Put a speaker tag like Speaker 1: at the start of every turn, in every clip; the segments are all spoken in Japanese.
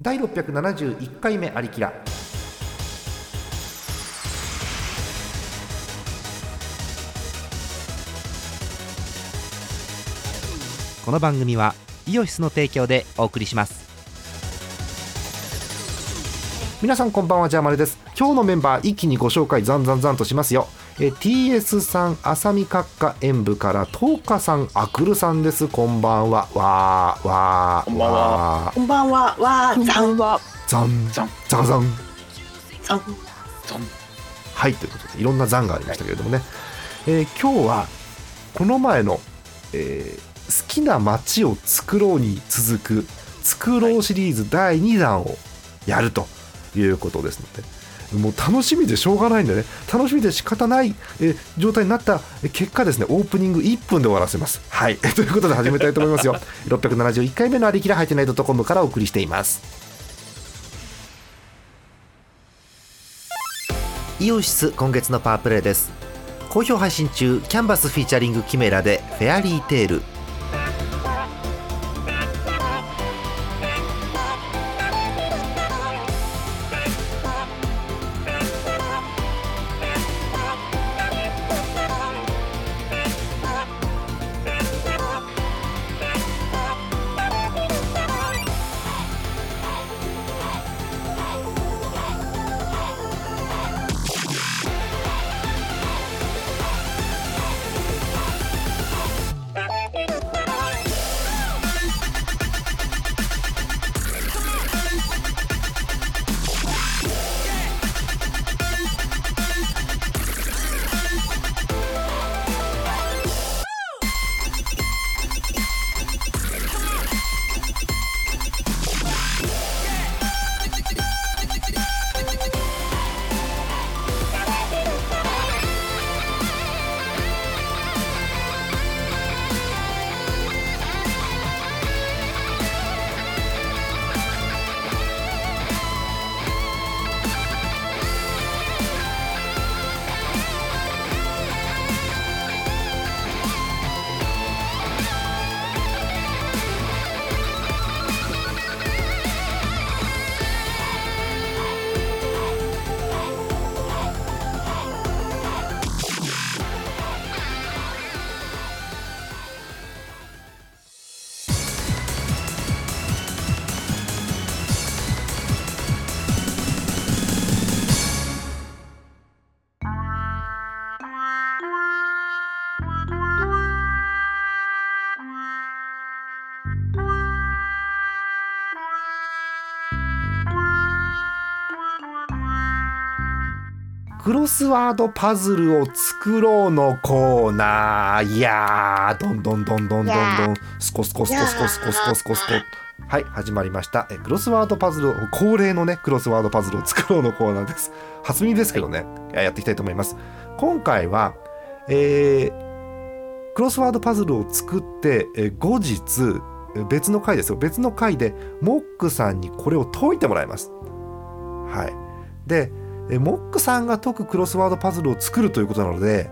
Speaker 1: 第671回目ありきらこの番組はイオシスの提供でお送りします皆さんこんばんはジャーマルです今日のメンバー一気にご紹介ざんざんざんとしますよえー TS さん浅見閣下演舞から東花さんあくるさんですこんばんはわーわー
Speaker 2: こんばんは
Speaker 1: わー
Speaker 3: こんばんは、わー、ざんは、
Speaker 1: ざん
Speaker 2: ざん
Speaker 1: ざんざん
Speaker 3: ざん。
Speaker 2: ざん
Speaker 1: はいということでいろんな残がありましたけれどもね、えー今日はこの前の、えー好きな街を作ろう」に続く「作ろう」シリーズ第2弾をやるということですので。もう楽しみでしょうがないんだね楽しみで仕方ないえー状態になったえー結果ですねオープニング1分で終わらせますはい ということで始めたいと思いますよ671回目のありきら入ってないとところからお送りしていますイオシス今月のパワープレイです好評配信中キャンバスフィーチャリングキメラでフェアリーテールクロスワードパズルを作ろうのコーナーいやーどんどんどんどんどんど
Speaker 3: いや
Speaker 1: んスコスコスコスコスコスコスコスコはい始まりましたえクロスワードパズルを恒例のねクロスワードパズルを作ろうのコーナーです初耳ですけどね、ややっていきたいと思います今回はえークロスワードパズルを作って、えー後日えー別の回ですよ別の回でモックさんにこれを解いてもらいますはいでえーモックさんが解くクロスワードパズルを作るということなので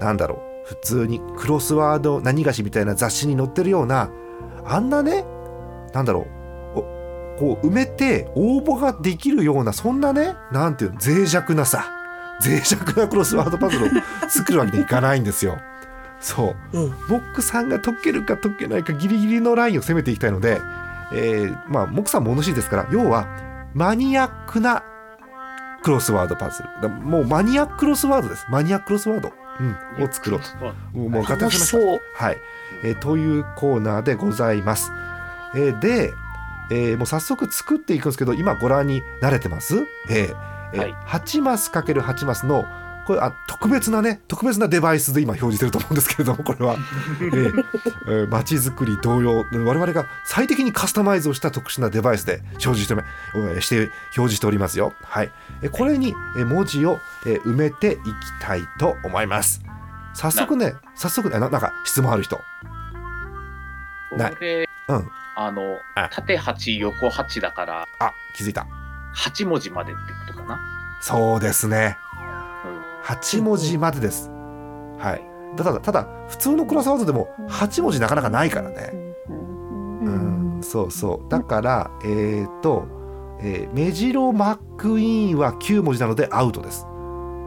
Speaker 1: なんだろう普通にクロスワード何がしみたいな雑誌に載ってるようなあんなねなんだろうおこう埋めて応募ができるようなそんなねなんていうの脆弱なさ脆弱なクロスワードパズルを作るわけにいかないんですよ。そう
Speaker 3: うん、
Speaker 1: モックさんが解けるか解けないかギリギリのラインを攻めていきたいので、えーまあ、モックさんも物知りですから要はマニアックなクロスワードパズルだもうマニアッククロスワードですマニアッククロスワード、うん、を作ろうともうもう合体
Speaker 3: 楽
Speaker 1: し
Speaker 3: し
Speaker 1: ました
Speaker 3: そう。
Speaker 1: はい、えーというコーナーでございます。えーで、えーもう早速作っていくんですけど、今ご覧になれてます。えーえー
Speaker 2: はい
Speaker 1: 8マス ×8 マスのこれあ特別なね特別なデバイスで今表示してると思うんですけれどもこ れは、えーえー街づくり同様我々が最適にカスタマイズをした特殊なデバイスで表示してめえーして表示しておりますよはいえーこれにえー文字をえー埋めていきたいと思います早速ね早速ねななんか質問ある人ない
Speaker 2: これ、
Speaker 1: うん
Speaker 2: あの
Speaker 1: あ
Speaker 2: 縦八横八だから
Speaker 1: あ気づいた
Speaker 2: 八文字までってことかな。
Speaker 1: そうですね
Speaker 2: うん
Speaker 1: 8文字までですはいただただ普通のクロスワードでも8文字なかなかないからね
Speaker 3: う
Speaker 1: うん
Speaker 3: ん
Speaker 1: そうそうだからえっ、と、えーメジロマックイーンは9文字なのでアウトです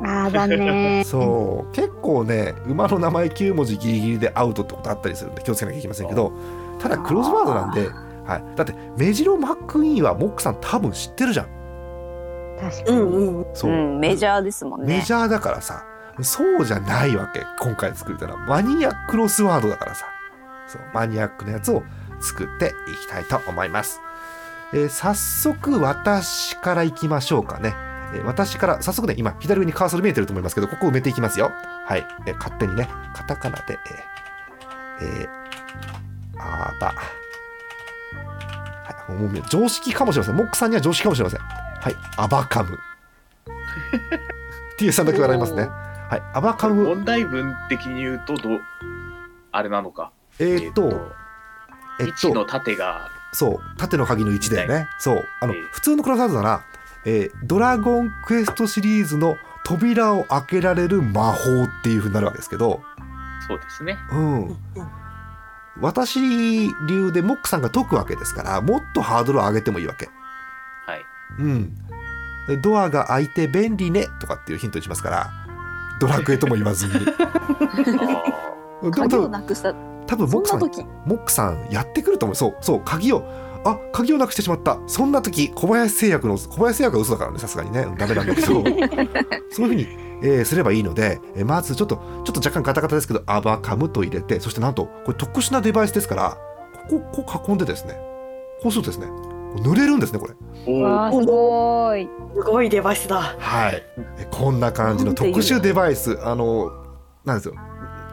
Speaker 4: ああ、残念。
Speaker 1: そう結構ね馬の名前9文字ギリギリでアウトってことあったりするんで気をつけなきゃいけませんけどただクロスワードなんで、はい、だってメジロマックイーンはモックさん多分知ってるじゃん
Speaker 4: 確か
Speaker 3: う
Speaker 4: に。
Speaker 3: んうん。
Speaker 1: そう、
Speaker 5: うん、メジャーですもん
Speaker 1: メ
Speaker 5: ね
Speaker 1: ジ。ャーだからさそうじゃないわけ今回作ったのはマニアックロスワードだからさそうマニアックなやつを作っていきたいと思います、えー早速私からいきましょうかね、えー私から早速ね今左上にカーソル見えてると思いますけどここ埋めていきますよはい、えー勝手にねカタカナでえーえーあーばはいもうもう常識かもしれませんモックさんには常識かもしれませんはいアバカム T さんだけ笑いますねはいアバカム
Speaker 2: 問題文的に言うとどうあれなのか
Speaker 1: えーっとえっ
Speaker 2: えっと位置
Speaker 1: と
Speaker 2: の縦が
Speaker 1: そう縦の鍵の1だよねそうあの
Speaker 2: ええ
Speaker 1: 普通のクロスワードなら、えードラゴンクエスト」シリーズの扉を開けられる魔法っていうふうになるわけですけど
Speaker 2: そうですね
Speaker 1: うん私流でモックさんが解くわけですからもっとハードルを上げてもいいわけ
Speaker 2: はい
Speaker 1: うんでドアが開いて便利ねとかっていうヒントにしますからドラクエとも言わず にで
Speaker 2: あ
Speaker 1: も多
Speaker 5: 鍵を
Speaker 1: 分
Speaker 5: なくした。
Speaker 1: 多分モックさ
Speaker 5: そんなん時。
Speaker 1: モックさんやってくると思うそうそう鍵をあ鍵をなくしてしまったそんな時小林製薬の小林製薬は嘘だからねさすがにねうんダメなんだけど そういうふうに、えーすればいいので、えーまずちょっとちょっと若干ガタガタですけどアバカムと入れてそしてなんとこれ特殊なデバイスですからこここう囲んでですねこうするとですね濡れるんですねこれ
Speaker 2: ーおー
Speaker 4: わあ、すごい。
Speaker 3: すごいデバイスだ。
Speaker 1: はいえこんな感じの
Speaker 5: なんてい
Speaker 1: 特
Speaker 5: うの
Speaker 1: 殊デバイスあのなんですよ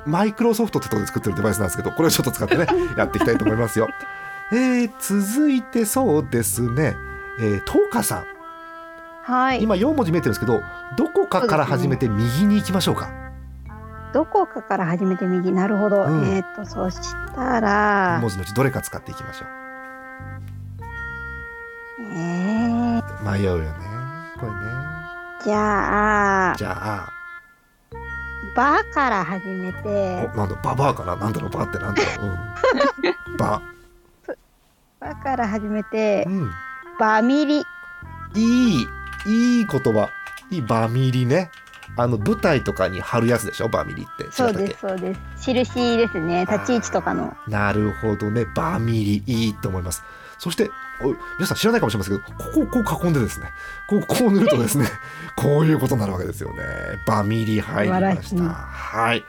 Speaker 1: マイクロソフトってとこで作ってるデバイスなんですけどこれをちょっと使 ってねやっていきたいと思いますよ。えー、続いてそうですね、えー、トーカさん
Speaker 4: はい。
Speaker 1: 今4文字見えてるんですけどどこかから始めて右に行きましょうか
Speaker 4: どこかから始めて右。なるほど。
Speaker 1: うん
Speaker 4: えっ、と、そした
Speaker 1: 4
Speaker 4: ら、
Speaker 1: 文字のうちどれか使っていきましょう
Speaker 4: えー、
Speaker 1: 迷うよねこれね
Speaker 4: じゃあ、
Speaker 1: じゃあ
Speaker 4: バから始め
Speaker 1: お
Speaker 4: て、
Speaker 1: なんだババアかななんだろうバってなんだろう、 うん、バ
Speaker 4: バから始めて
Speaker 1: う、ん
Speaker 4: バミリ。
Speaker 1: いい、いい言葉。いいバミリね。あの舞台とかに貼るやつでしょ、バミリって。
Speaker 4: そ
Speaker 1: 違
Speaker 4: う
Speaker 1: ったっけ
Speaker 4: です、そうです。印ですね。立ち位置とかの。
Speaker 1: なるほどね、バミリいいと思います。そして、お皆さん知らないかもしれませんけど、ここをこう囲んでですね、こうこう塗るとです ね、こういうことになるわけですよね。バミリ入りまし
Speaker 4: 素晴
Speaker 1: た。
Speaker 4: らしい
Speaker 1: はい。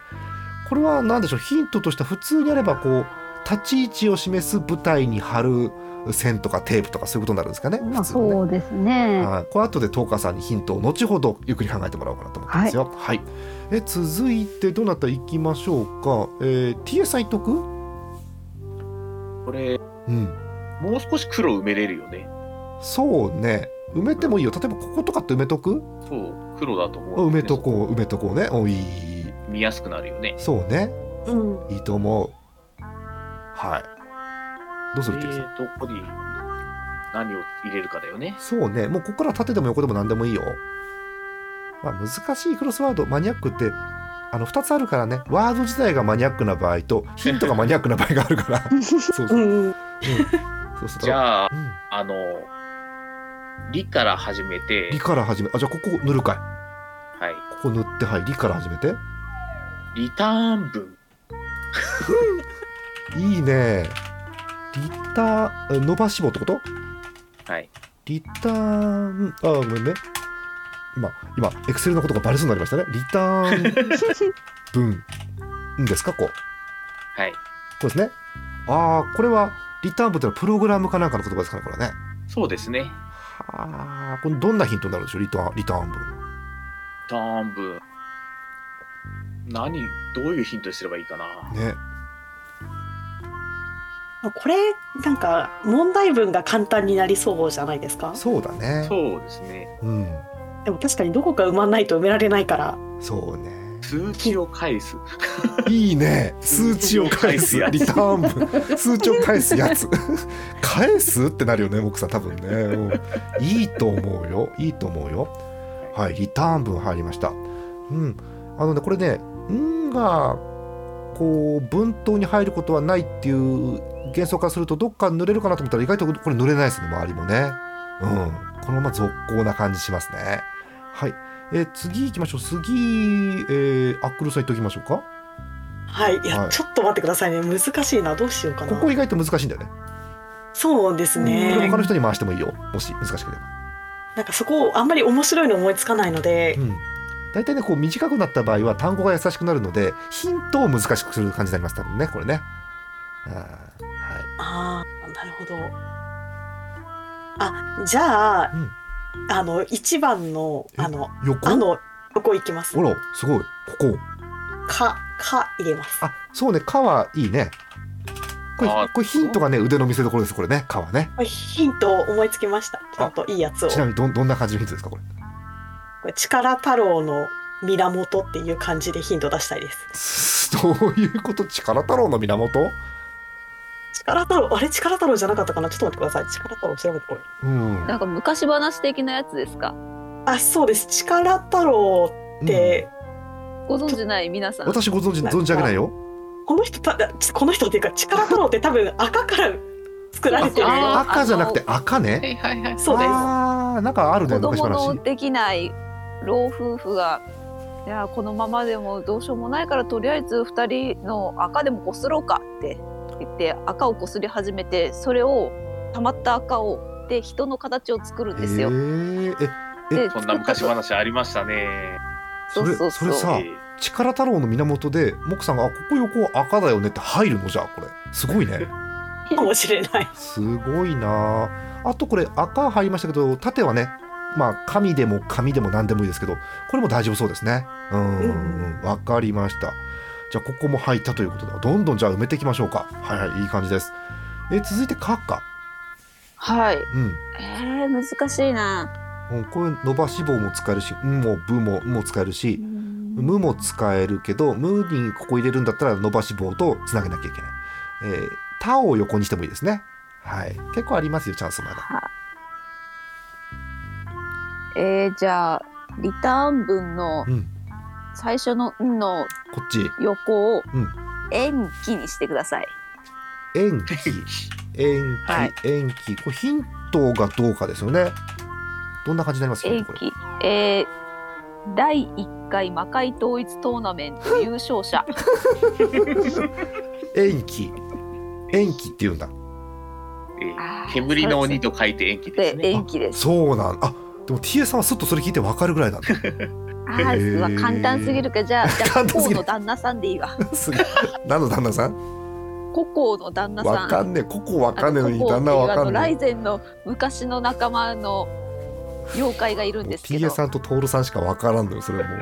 Speaker 1: これは何でしょう、ヒントとしては普通にあればこう立ち位置を示す舞台に貼る線とかテープとかそういうことになるんですかね。
Speaker 4: まあ、
Speaker 1: 普通のね
Speaker 4: そうですね。
Speaker 1: はい、これ後でトーカーさんにヒントを後ほどゆっくり考えてもらおうかなと思ってますよ。はい。え続いてどなた行きましょうか。えー、T.S. さんいっとく？
Speaker 2: これ
Speaker 1: うん。
Speaker 2: もう少し黒埋めれるよね
Speaker 1: そうね。埋めてもいいよ。例えばこことかって埋めとく？
Speaker 2: そう黒だと思
Speaker 1: 埋
Speaker 2: うんだよね、
Speaker 1: めとこう埋めとこうね。おいいいいいい。
Speaker 2: 見やすくなるよね
Speaker 1: そうね。
Speaker 3: うん。
Speaker 1: いいと思う。はい。どうす
Speaker 2: え
Speaker 1: る T.S. さん？
Speaker 2: ー、どこに何を入れるかだよね
Speaker 1: そうね。もうここから縦でも横でも何でもいいよ。まあ難しいクロスワードマニアックって。あの2つあるからねワード自体がマニアックな場合とヒントがマニアックな場合があるからそうそう
Speaker 3: うんうん。
Speaker 1: そうそう
Speaker 2: じ
Speaker 1: あ、
Speaker 2: ゃあ
Speaker 1: うん、
Speaker 2: あの「り」から始めて
Speaker 1: リから始めあじゃあここ塗るかい
Speaker 2: はい
Speaker 1: ここ塗ってはいリから始めて
Speaker 2: リターン文
Speaker 1: いいねリターン伸ばし棒ってこと
Speaker 2: はい
Speaker 1: リターンあごめんね今今エクセルのことがバレそうになりましたねリターン 分んですかこうこ
Speaker 2: はい。
Speaker 1: うですねああこれはリターン分ってのはプログラムかなんかの言葉ですからこれね
Speaker 2: そうですね。
Speaker 1: はあこれどんなヒントになるんでしょうリターンリターン分
Speaker 2: ターン文。何、どういうヒントにすればいいかな。
Speaker 1: ね
Speaker 3: これなんか問題文が簡単になりそうじゃないですか。
Speaker 1: そうだね
Speaker 2: そうですね。
Speaker 1: うん
Speaker 3: でも確かにどこか埋まんないと埋められないから。
Speaker 1: そうね
Speaker 2: 数値を返す。
Speaker 1: いいね数値を返すリターン分数値を返す やつ返すってなるよね僕さん多分ね、うんいいと思うよいいと思うよはいリターン分入りましたうんあのねこれね「ん」がこう文頭に入ることはないっていう幻想からするとどっか濡れるかなと思ったら意外とこれ濡れないですね周りもねうんこのまま続行な感じしますねはい、えー次行きましょう次、えー、アックルさん行っときましょうか
Speaker 3: はい、いや、
Speaker 1: はい
Speaker 3: ちょっと待ってくださいね。難しいな。どうしようかな。
Speaker 1: ここ意外と難しいんだよね
Speaker 3: そうですね
Speaker 1: こ。れ他の人に回してもいいよもし難しければ、
Speaker 3: なんかそこあんまり面白いの思いつかないので
Speaker 1: う、ん、大体ねこう短くなった場合は単語が優しくなるのでヒントを難しくする感じになります多分ねこれねあーはい
Speaker 3: ああ、なるほど。あ、じゃあ、
Speaker 1: うん
Speaker 3: あの一番のあの
Speaker 1: 横
Speaker 3: あのここ行きます
Speaker 1: あ。らすごいここ
Speaker 3: かか入れます。
Speaker 1: あそうね「か」はいいねこれ
Speaker 2: あ
Speaker 1: これヒントがね腕の見せ所ですこれね「か」はね
Speaker 3: ヒントを思いつきました。ちゃんといいやつを。
Speaker 1: ちなみにどんどんな感じのヒントですかこれ
Speaker 3: これ力太郎の源っていう感じでヒント出したいです。
Speaker 1: すどういうこと力太郎の源
Speaker 3: 力太郎あれ力太郎じゃなかったかな。ちょっと待ってください。力太郎調べてこれ。
Speaker 1: うん
Speaker 5: なんか昔話的なやつですか
Speaker 3: あ、そうです。力太郎って、
Speaker 5: ご存じない皆さ
Speaker 1: うんん私ご存知存じ上げないよ
Speaker 3: この人たちこの人っていうか力太郎って多分赤から作られてる。
Speaker 5: あー
Speaker 1: 赤じゃなくて赤
Speaker 6: は
Speaker 1: ね
Speaker 6: いはいはい。
Speaker 3: そうです。
Speaker 1: あーなんかあるね
Speaker 5: 子
Speaker 1: 昔
Speaker 5: 供
Speaker 1: 話
Speaker 5: のできない老夫婦がいやこのままでもどうしようもないからとりあえず二人の赤でもこすろうかって言って赤をこすり始めてそれをたまった赤をで人の形を作るんですよ。
Speaker 1: へえええ
Speaker 5: で
Speaker 2: そんな昔
Speaker 5: 作った
Speaker 2: 話ありましたね。
Speaker 1: それ
Speaker 5: そうそう
Speaker 1: そ
Speaker 5: そう
Speaker 1: れさ力太郎の源でモクさんがあここ横赤だよねって入るのじゃあこれすごい ね
Speaker 3: かもしれない。
Speaker 1: すごいなああとこれ赤入りましたけど縦はねまあ紙でも紙でも何でもいいですけどこれも大丈夫そうですねうん
Speaker 3: う
Speaker 1: うんわかりましたじゃあここも入ったということでどんどんじゃあ埋めていきましょうかはいはいいい感じですえ続いて「か」か
Speaker 5: はい。
Speaker 1: うん
Speaker 5: えー、難しいな。
Speaker 1: うんこういう伸ばし棒も使えるし「ん」も「ぶ」も「も」使えるし「む」も使えるけど「む」にここ入れるんだったら伸ばし棒とつなげなきゃいけないえー「た」を横にしてもいいですねはい結構ありますよチャンスまだ
Speaker 5: えー、じゃあリターン文の
Speaker 1: うん
Speaker 5: 最初の「ん」の
Speaker 1: こっち
Speaker 5: 横を
Speaker 1: うん
Speaker 5: 「延期」にしてください。
Speaker 1: 延 期延期、
Speaker 5: はい
Speaker 1: 延期これヒントがどうかですよねどんな感じになります
Speaker 5: 延
Speaker 1: これ
Speaker 5: 期。えー、第一回魔界統一トーナメント優 勝者。
Speaker 1: 延期延期って言うんだ
Speaker 2: えー
Speaker 5: あー
Speaker 2: 煙の鬼と書いて延期です
Speaker 5: で
Speaker 2: ね。
Speaker 5: 延期です。
Speaker 1: そうなんあでも TA さんはすっとそれ聞いてわかるぐらいなんだ
Speaker 5: あ
Speaker 1: へ
Speaker 5: ー、
Speaker 1: ー
Speaker 5: まあ簡単すぎる かじゃあじゃあ
Speaker 1: 簡単
Speaker 5: コ
Speaker 1: すぎ
Speaker 5: コ
Speaker 1: る
Speaker 5: の旦那さんでいいわ。
Speaker 1: すごい何の旦那さん
Speaker 5: ココの旦那さ
Speaker 1: わ
Speaker 5: ん。
Speaker 1: かんねえここわかんねえのに
Speaker 5: あ
Speaker 1: 旦那
Speaker 5: ココ
Speaker 1: わ
Speaker 5: っていう
Speaker 1: か
Speaker 5: あの
Speaker 1: んね
Speaker 5: ライゼンの昔の仲間の妖怪がいるん
Speaker 1: え
Speaker 5: ですけど
Speaker 1: TA。さんと徹さんしかわからんのよそれはも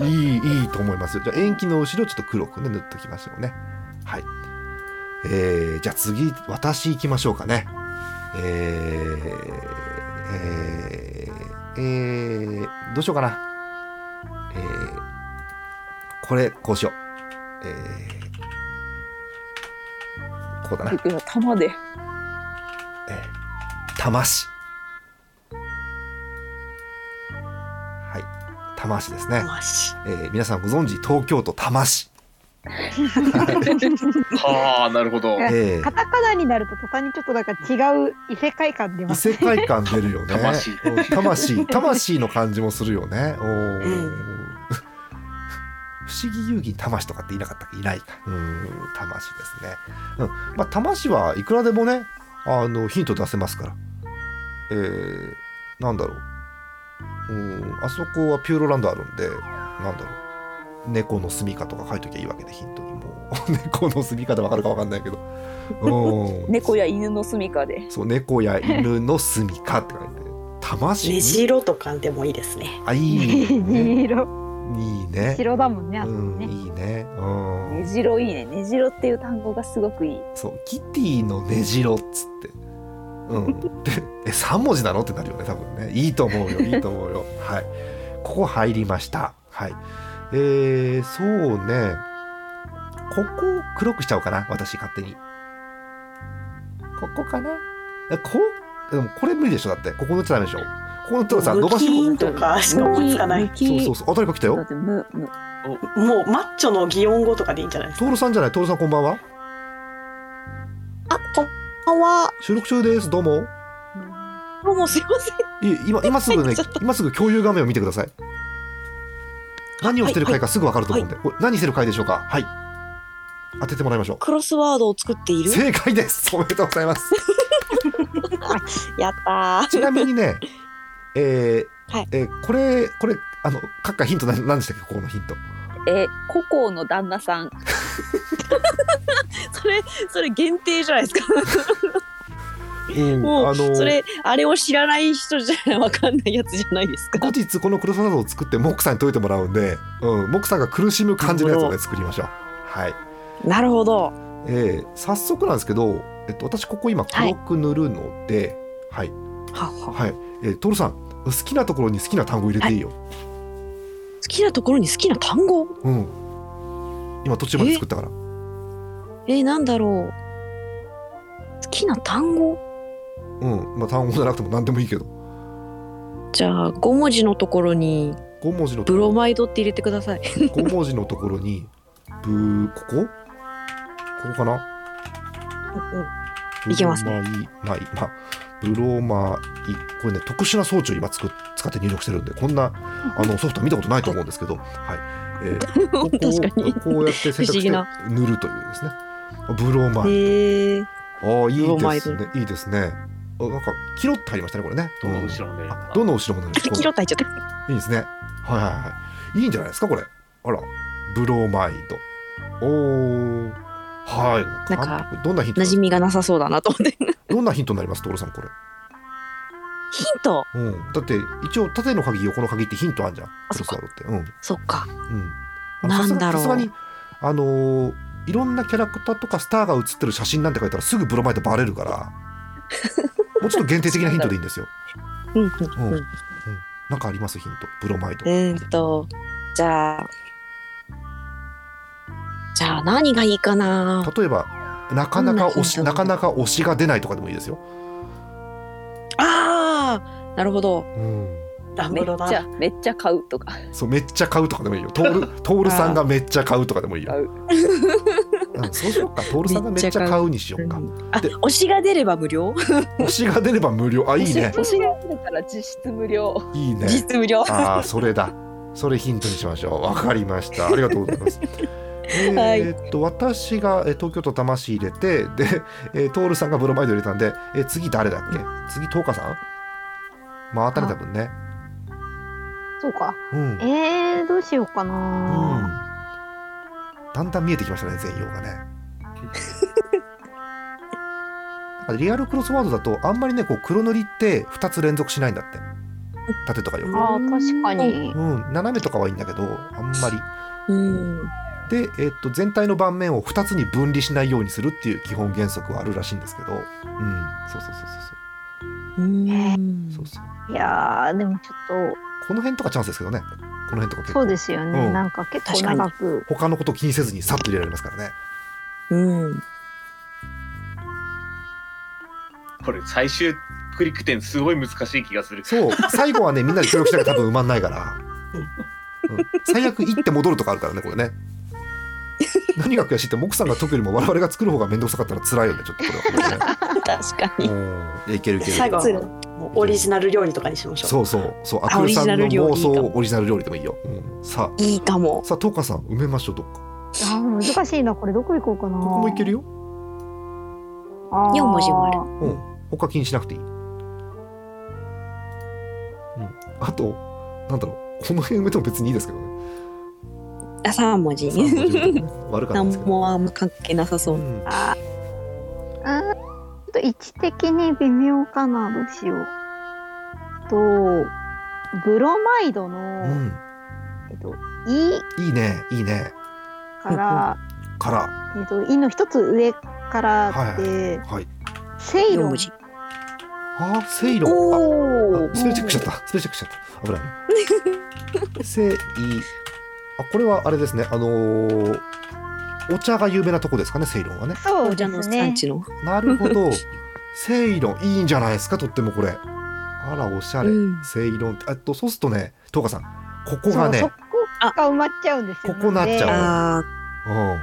Speaker 1: うね いいいいと思いますよじゃあ延期の後ろちょっと黒くね塗っときましょうねはいえー、じゃあ次私行きましょうかねえー、えー、えー、どうしようかな。えー、これ、こうしよう。えー、こうだな。え
Speaker 5: いや玉で。
Speaker 1: ー、玉し。はい。玉しですね。
Speaker 3: まし
Speaker 1: えー、皆さんご存知、東京都多摩市。
Speaker 2: はあ、なるほど。
Speaker 4: え
Speaker 1: え
Speaker 4: カ
Speaker 1: ー、
Speaker 4: タカナになると途端にちょっとなんか違う異世界感
Speaker 1: 異
Speaker 4: 出ます
Speaker 1: 世界観出るよね。
Speaker 2: 魂
Speaker 1: うん魂。魂の感じもするよね。おー
Speaker 3: うん
Speaker 1: 不思議遊戯に魂とかっていなかったっけいないか。うん、魂ですね。うん。まあ、魂はいくらでもね、あの、ヒント出せますから。えー、なんだろう。うん、あそこはピューロランドあるんで、なんだろう。猫の住みかとか書いときゃいいわけで、ヒントにもう。 猫の住みかでわかるかわかんないけど。 うん。
Speaker 5: 猫や犬の住処で。
Speaker 1: そう、猫や犬の住みかって書いて。魂
Speaker 3: 虹色とかでもいいですね。
Speaker 1: あ、い い、ね。
Speaker 4: 虹色
Speaker 1: いいね。
Speaker 4: 白だもんねあ
Speaker 1: う
Speaker 4: そこ
Speaker 1: ん、
Speaker 4: ね
Speaker 1: いいね。う
Speaker 5: ね
Speaker 1: ん。
Speaker 5: じろいいね。ねじろっていう単語がすごくいい。
Speaker 1: そう、キティのねじろっつって。うん。で、え、三文字なのってなるよね、多分ね。いいと思う よ、いいと思うよ。はい。ここ入りました。はい。えー、そうね。ここを黒くしちゃおうかな、私勝手に。ここかな。え、こう、でもこれ無理でしょ、だって、ここのっちゃダメでしょ。ここのっちゃさ、伸ばし
Speaker 3: ムキー
Speaker 1: 棒。
Speaker 3: ンとかしか思いつかない。
Speaker 1: そうそうそう、あ、誰か来た
Speaker 5: だ
Speaker 1: よ
Speaker 5: っ。てむむ
Speaker 3: もうマッチョの擬音語とかでいいんじゃないですか。
Speaker 1: 徹さんじゃない、徹さんこんばんは。
Speaker 3: こんばんは。
Speaker 1: 収録中ですどうも
Speaker 3: どうもすいません。
Speaker 1: いえ今今すぐね
Speaker 3: ちょっと
Speaker 1: 今すぐ共有画面を見てください何をしてる回かすぐ分かると思うんで、お何してる回でしょうかはい当ててもらいましょ
Speaker 3: クロスワードを作っていうる。
Speaker 1: 正解ですおめでとうございます
Speaker 3: やったー。
Speaker 1: ちなみにね、えー
Speaker 3: はい
Speaker 1: えーこれこれあの各回ヒント何何でしたっけここのヒント。
Speaker 5: え孤高の旦那さんそれそれ限定じゃないですかも
Speaker 1: あ
Speaker 5: う
Speaker 1: の
Speaker 5: それあれを知らない人じゃわかんないやつじゃないですか
Speaker 1: 後日このクロスワードを作ってモックさんに解いてもらうんで、うん、モックさんが苦しむ感じのやつを
Speaker 3: な
Speaker 1: ね
Speaker 3: る
Speaker 1: 作りましょう。はい。
Speaker 3: なるほど。
Speaker 1: えー早速なんですけど、えっと私ここ今黒く塗るので、はい
Speaker 3: はは
Speaker 1: はい。えートールさん好きなところに好きな単語入れていいよ。
Speaker 3: 好きなところに好きな単語
Speaker 1: うん。今途中まで作ったから。
Speaker 3: えー、なんだろう。好きな単語
Speaker 1: うん。まあ単語じゃなくても何でもいいけど。
Speaker 3: じゃあ、5文字のところに、
Speaker 1: 五文字の
Speaker 3: ブロマイドって入れてください。
Speaker 1: 五文字のところにブここここかな
Speaker 3: うんいけます
Speaker 1: ブロマイマイまブロマイこれね特殊な装置を今つく使って入力してるんでこんなあのソフトは見たことないと思うんですけど、はいえ ーここ
Speaker 3: 確かに。
Speaker 1: をこうやって選択し
Speaker 3: 不思
Speaker 1: て塗
Speaker 3: 議な
Speaker 1: るというですねブロマイ
Speaker 3: へえー。
Speaker 1: あーいい
Speaker 3: ブロマ
Speaker 1: で
Speaker 3: イド
Speaker 1: すねいいですねあなんかキロッと入りましたねこれね
Speaker 2: どの後ろ
Speaker 1: う
Speaker 2: ね
Speaker 1: んあどの後ろもね
Speaker 3: キロッと入っちゃった。
Speaker 1: いいですね。はいはいはい。いいんじゃないですか、これ。あら、ブロマイド。おー。はい。
Speaker 3: なんか
Speaker 1: あ、どんなヒント
Speaker 3: 馴染みがなさそうだなと 思って。ヒン
Speaker 1: どんなヒントになります、トロさん、これ。
Speaker 3: ト
Speaker 1: うん。だって、一応、縦の鍵、横の鍵ってヒントあんじゃん。
Speaker 3: そっか
Speaker 1: クロスワードって。
Speaker 3: そっか。
Speaker 1: うん。うん。あのさすが
Speaker 3: なんだろう
Speaker 1: さすがに、あのーいろんなキャラクターとかスターが写ってる写真なんて書いたらすぐブロマイドバレる から、もうちょっと限定的なヒントでいいんですよ。
Speaker 3: うんう
Speaker 1: うん。
Speaker 3: ん
Speaker 1: う
Speaker 3: うんん。
Speaker 1: なんかありますヒント。ブロマイド。
Speaker 3: えーっと、じゃあ、じゃあ何がいいかな
Speaker 1: 例えばなかなか推し
Speaker 3: どん
Speaker 1: な
Speaker 3: なヒ
Speaker 1: か
Speaker 3: ント
Speaker 1: なか推しが出ないとかでもいいですよ。
Speaker 3: あーなるほど。
Speaker 1: うん、
Speaker 3: ダ
Speaker 5: めっちゃめっちゃ買うとか
Speaker 1: そうめっちゃ買うとかでもいいよ。トー ルトールさんがめっちゃ買うとかでもいいよ
Speaker 5: 買。う
Speaker 1: うん、そうしようか。トールさんがめっちゃ
Speaker 3: めっちゃ
Speaker 1: 買うにしようか。
Speaker 3: あ、
Speaker 1: で
Speaker 3: 推しが出れば無料
Speaker 1: 推しが出れば無料。あいい ね
Speaker 5: 欲しがあるから実質無料
Speaker 1: いいね。
Speaker 3: 実無料。
Speaker 1: ああそれだ。それヒントにしましょう。わかりました。ありがとうござい ます。
Speaker 3: はい
Speaker 1: えーっと私がえー東京都魂入れてで、えー、トールさんがブロマイド入れたんで、えー次誰だっけ次トーカさんまあ当たれた分ね。
Speaker 4: そうか。
Speaker 1: うん
Speaker 4: え。ー、どうしようかな。
Speaker 1: うんだんだん見えてきましたね全容 がねなんかリアルクロスワードだとあんまりねこう黒塗りって2つ連続しないんだって縦とか横、
Speaker 4: あー確かに。
Speaker 1: うん、斜めとかはいいんだけどあんまり
Speaker 3: うん。
Speaker 1: で、えっと全体の盤面を2つに分離しないようにするっていう基本原則はあるらしいんですけどうんそうそうそう
Speaker 3: うん
Speaker 1: そうそうそうそう
Speaker 4: いやーでもちょっ
Speaker 1: この辺とかチャンスですけどねこの辺とか
Speaker 4: と
Speaker 1: 結
Speaker 4: そう
Speaker 1: 構
Speaker 4: ですよね。
Speaker 1: うん
Speaker 4: なんか結構長く。
Speaker 1: 他のこと気にせずにさっと入れられますからね
Speaker 3: うん。
Speaker 2: これ最終クリック点すごい難しい気がする
Speaker 1: そう最後は ねみんなで協力しながら多分埋まんないから、うん、最悪行って戻るとかあるからねこれね何が悔しいってモクさんが解くよりも我々が作る方が面倒くさかったら辛いよねちょっとこれ は、ね
Speaker 5: 確か
Speaker 1: うん
Speaker 5: に、
Speaker 1: いやいけるいける
Speaker 3: 最後はもうオリジナル料理とかにしましょ
Speaker 1: そうそうそうアクルさんの妄想オリジナル料理でもいいよ、うん、さ
Speaker 3: う。いいかも
Speaker 1: あ。さあトーカさん埋めましょうどっか
Speaker 4: あー難しいな。これどこ行こうか
Speaker 1: ど
Speaker 4: な。
Speaker 1: こもいけるよ、
Speaker 4: あー。
Speaker 3: 四文字もある
Speaker 1: うん、他気にしなくていい、うん、あとなんだろうこの辺埋めても別にいいですけどね
Speaker 3: あ、三文字。
Speaker 1: 3文字埋めて もね悪かったん
Speaker 3: 何
Speaker 1: ですけど、
Speaker 3: もあんま関係なさそうう。
Speaker 1: ん
Speaker 4: あーちょっと位置的に微妙かな。どうしよう。とブロマイドの、
Speaker 1: うん
Speaker 4: えっと「い」
Speaker 1: いいね、いいね。
Speaker 4: から、
Speaker 1: から、
Speaker 4: えっと「い」の一つ上からで
Speaker 1: はい。
Speaker 4: 「せい
Speaker 3: 四
Speaker 4: ろ
Speaker 3: 文
Speaker 4: ン
Speaker 3: 字。
Speaker 1: あー、セイロン。あ
Speaker 3: お
Speaker 1: あスペルチェックしちゃった。スペルチェックしちゃった。危ない。セイ。あ、これはあれですね。あのーお茶が有名なとこですかね、セイロンはね。
Speaker 4: そう
Speaker 3: じ
Speaker 4: で
Speaker 3: ゃの
Speaker 4: す
Speaker 3: 産
Speaker 4: ね。
Speaker 3: 地の。
Speaker 1: なるほど。セイロン、いいんじゃないですか、とってもこれ。あら、おしゃれ。
Speaker 3: うん
Speaker 1: セイロンって、えっと、そうするとね、トーカさん、ここ
Speaker 4: そ
Speaker 1: が
Speaker 4: う、
Speaker 1: ね、
Speaker 4: そこが埋まっちゃうんですよ。
Speaker 1: ここなっちゃう
Speaker 4: なん
Speaker 3: あ
Speaker 4: で
Speaker 3: あ、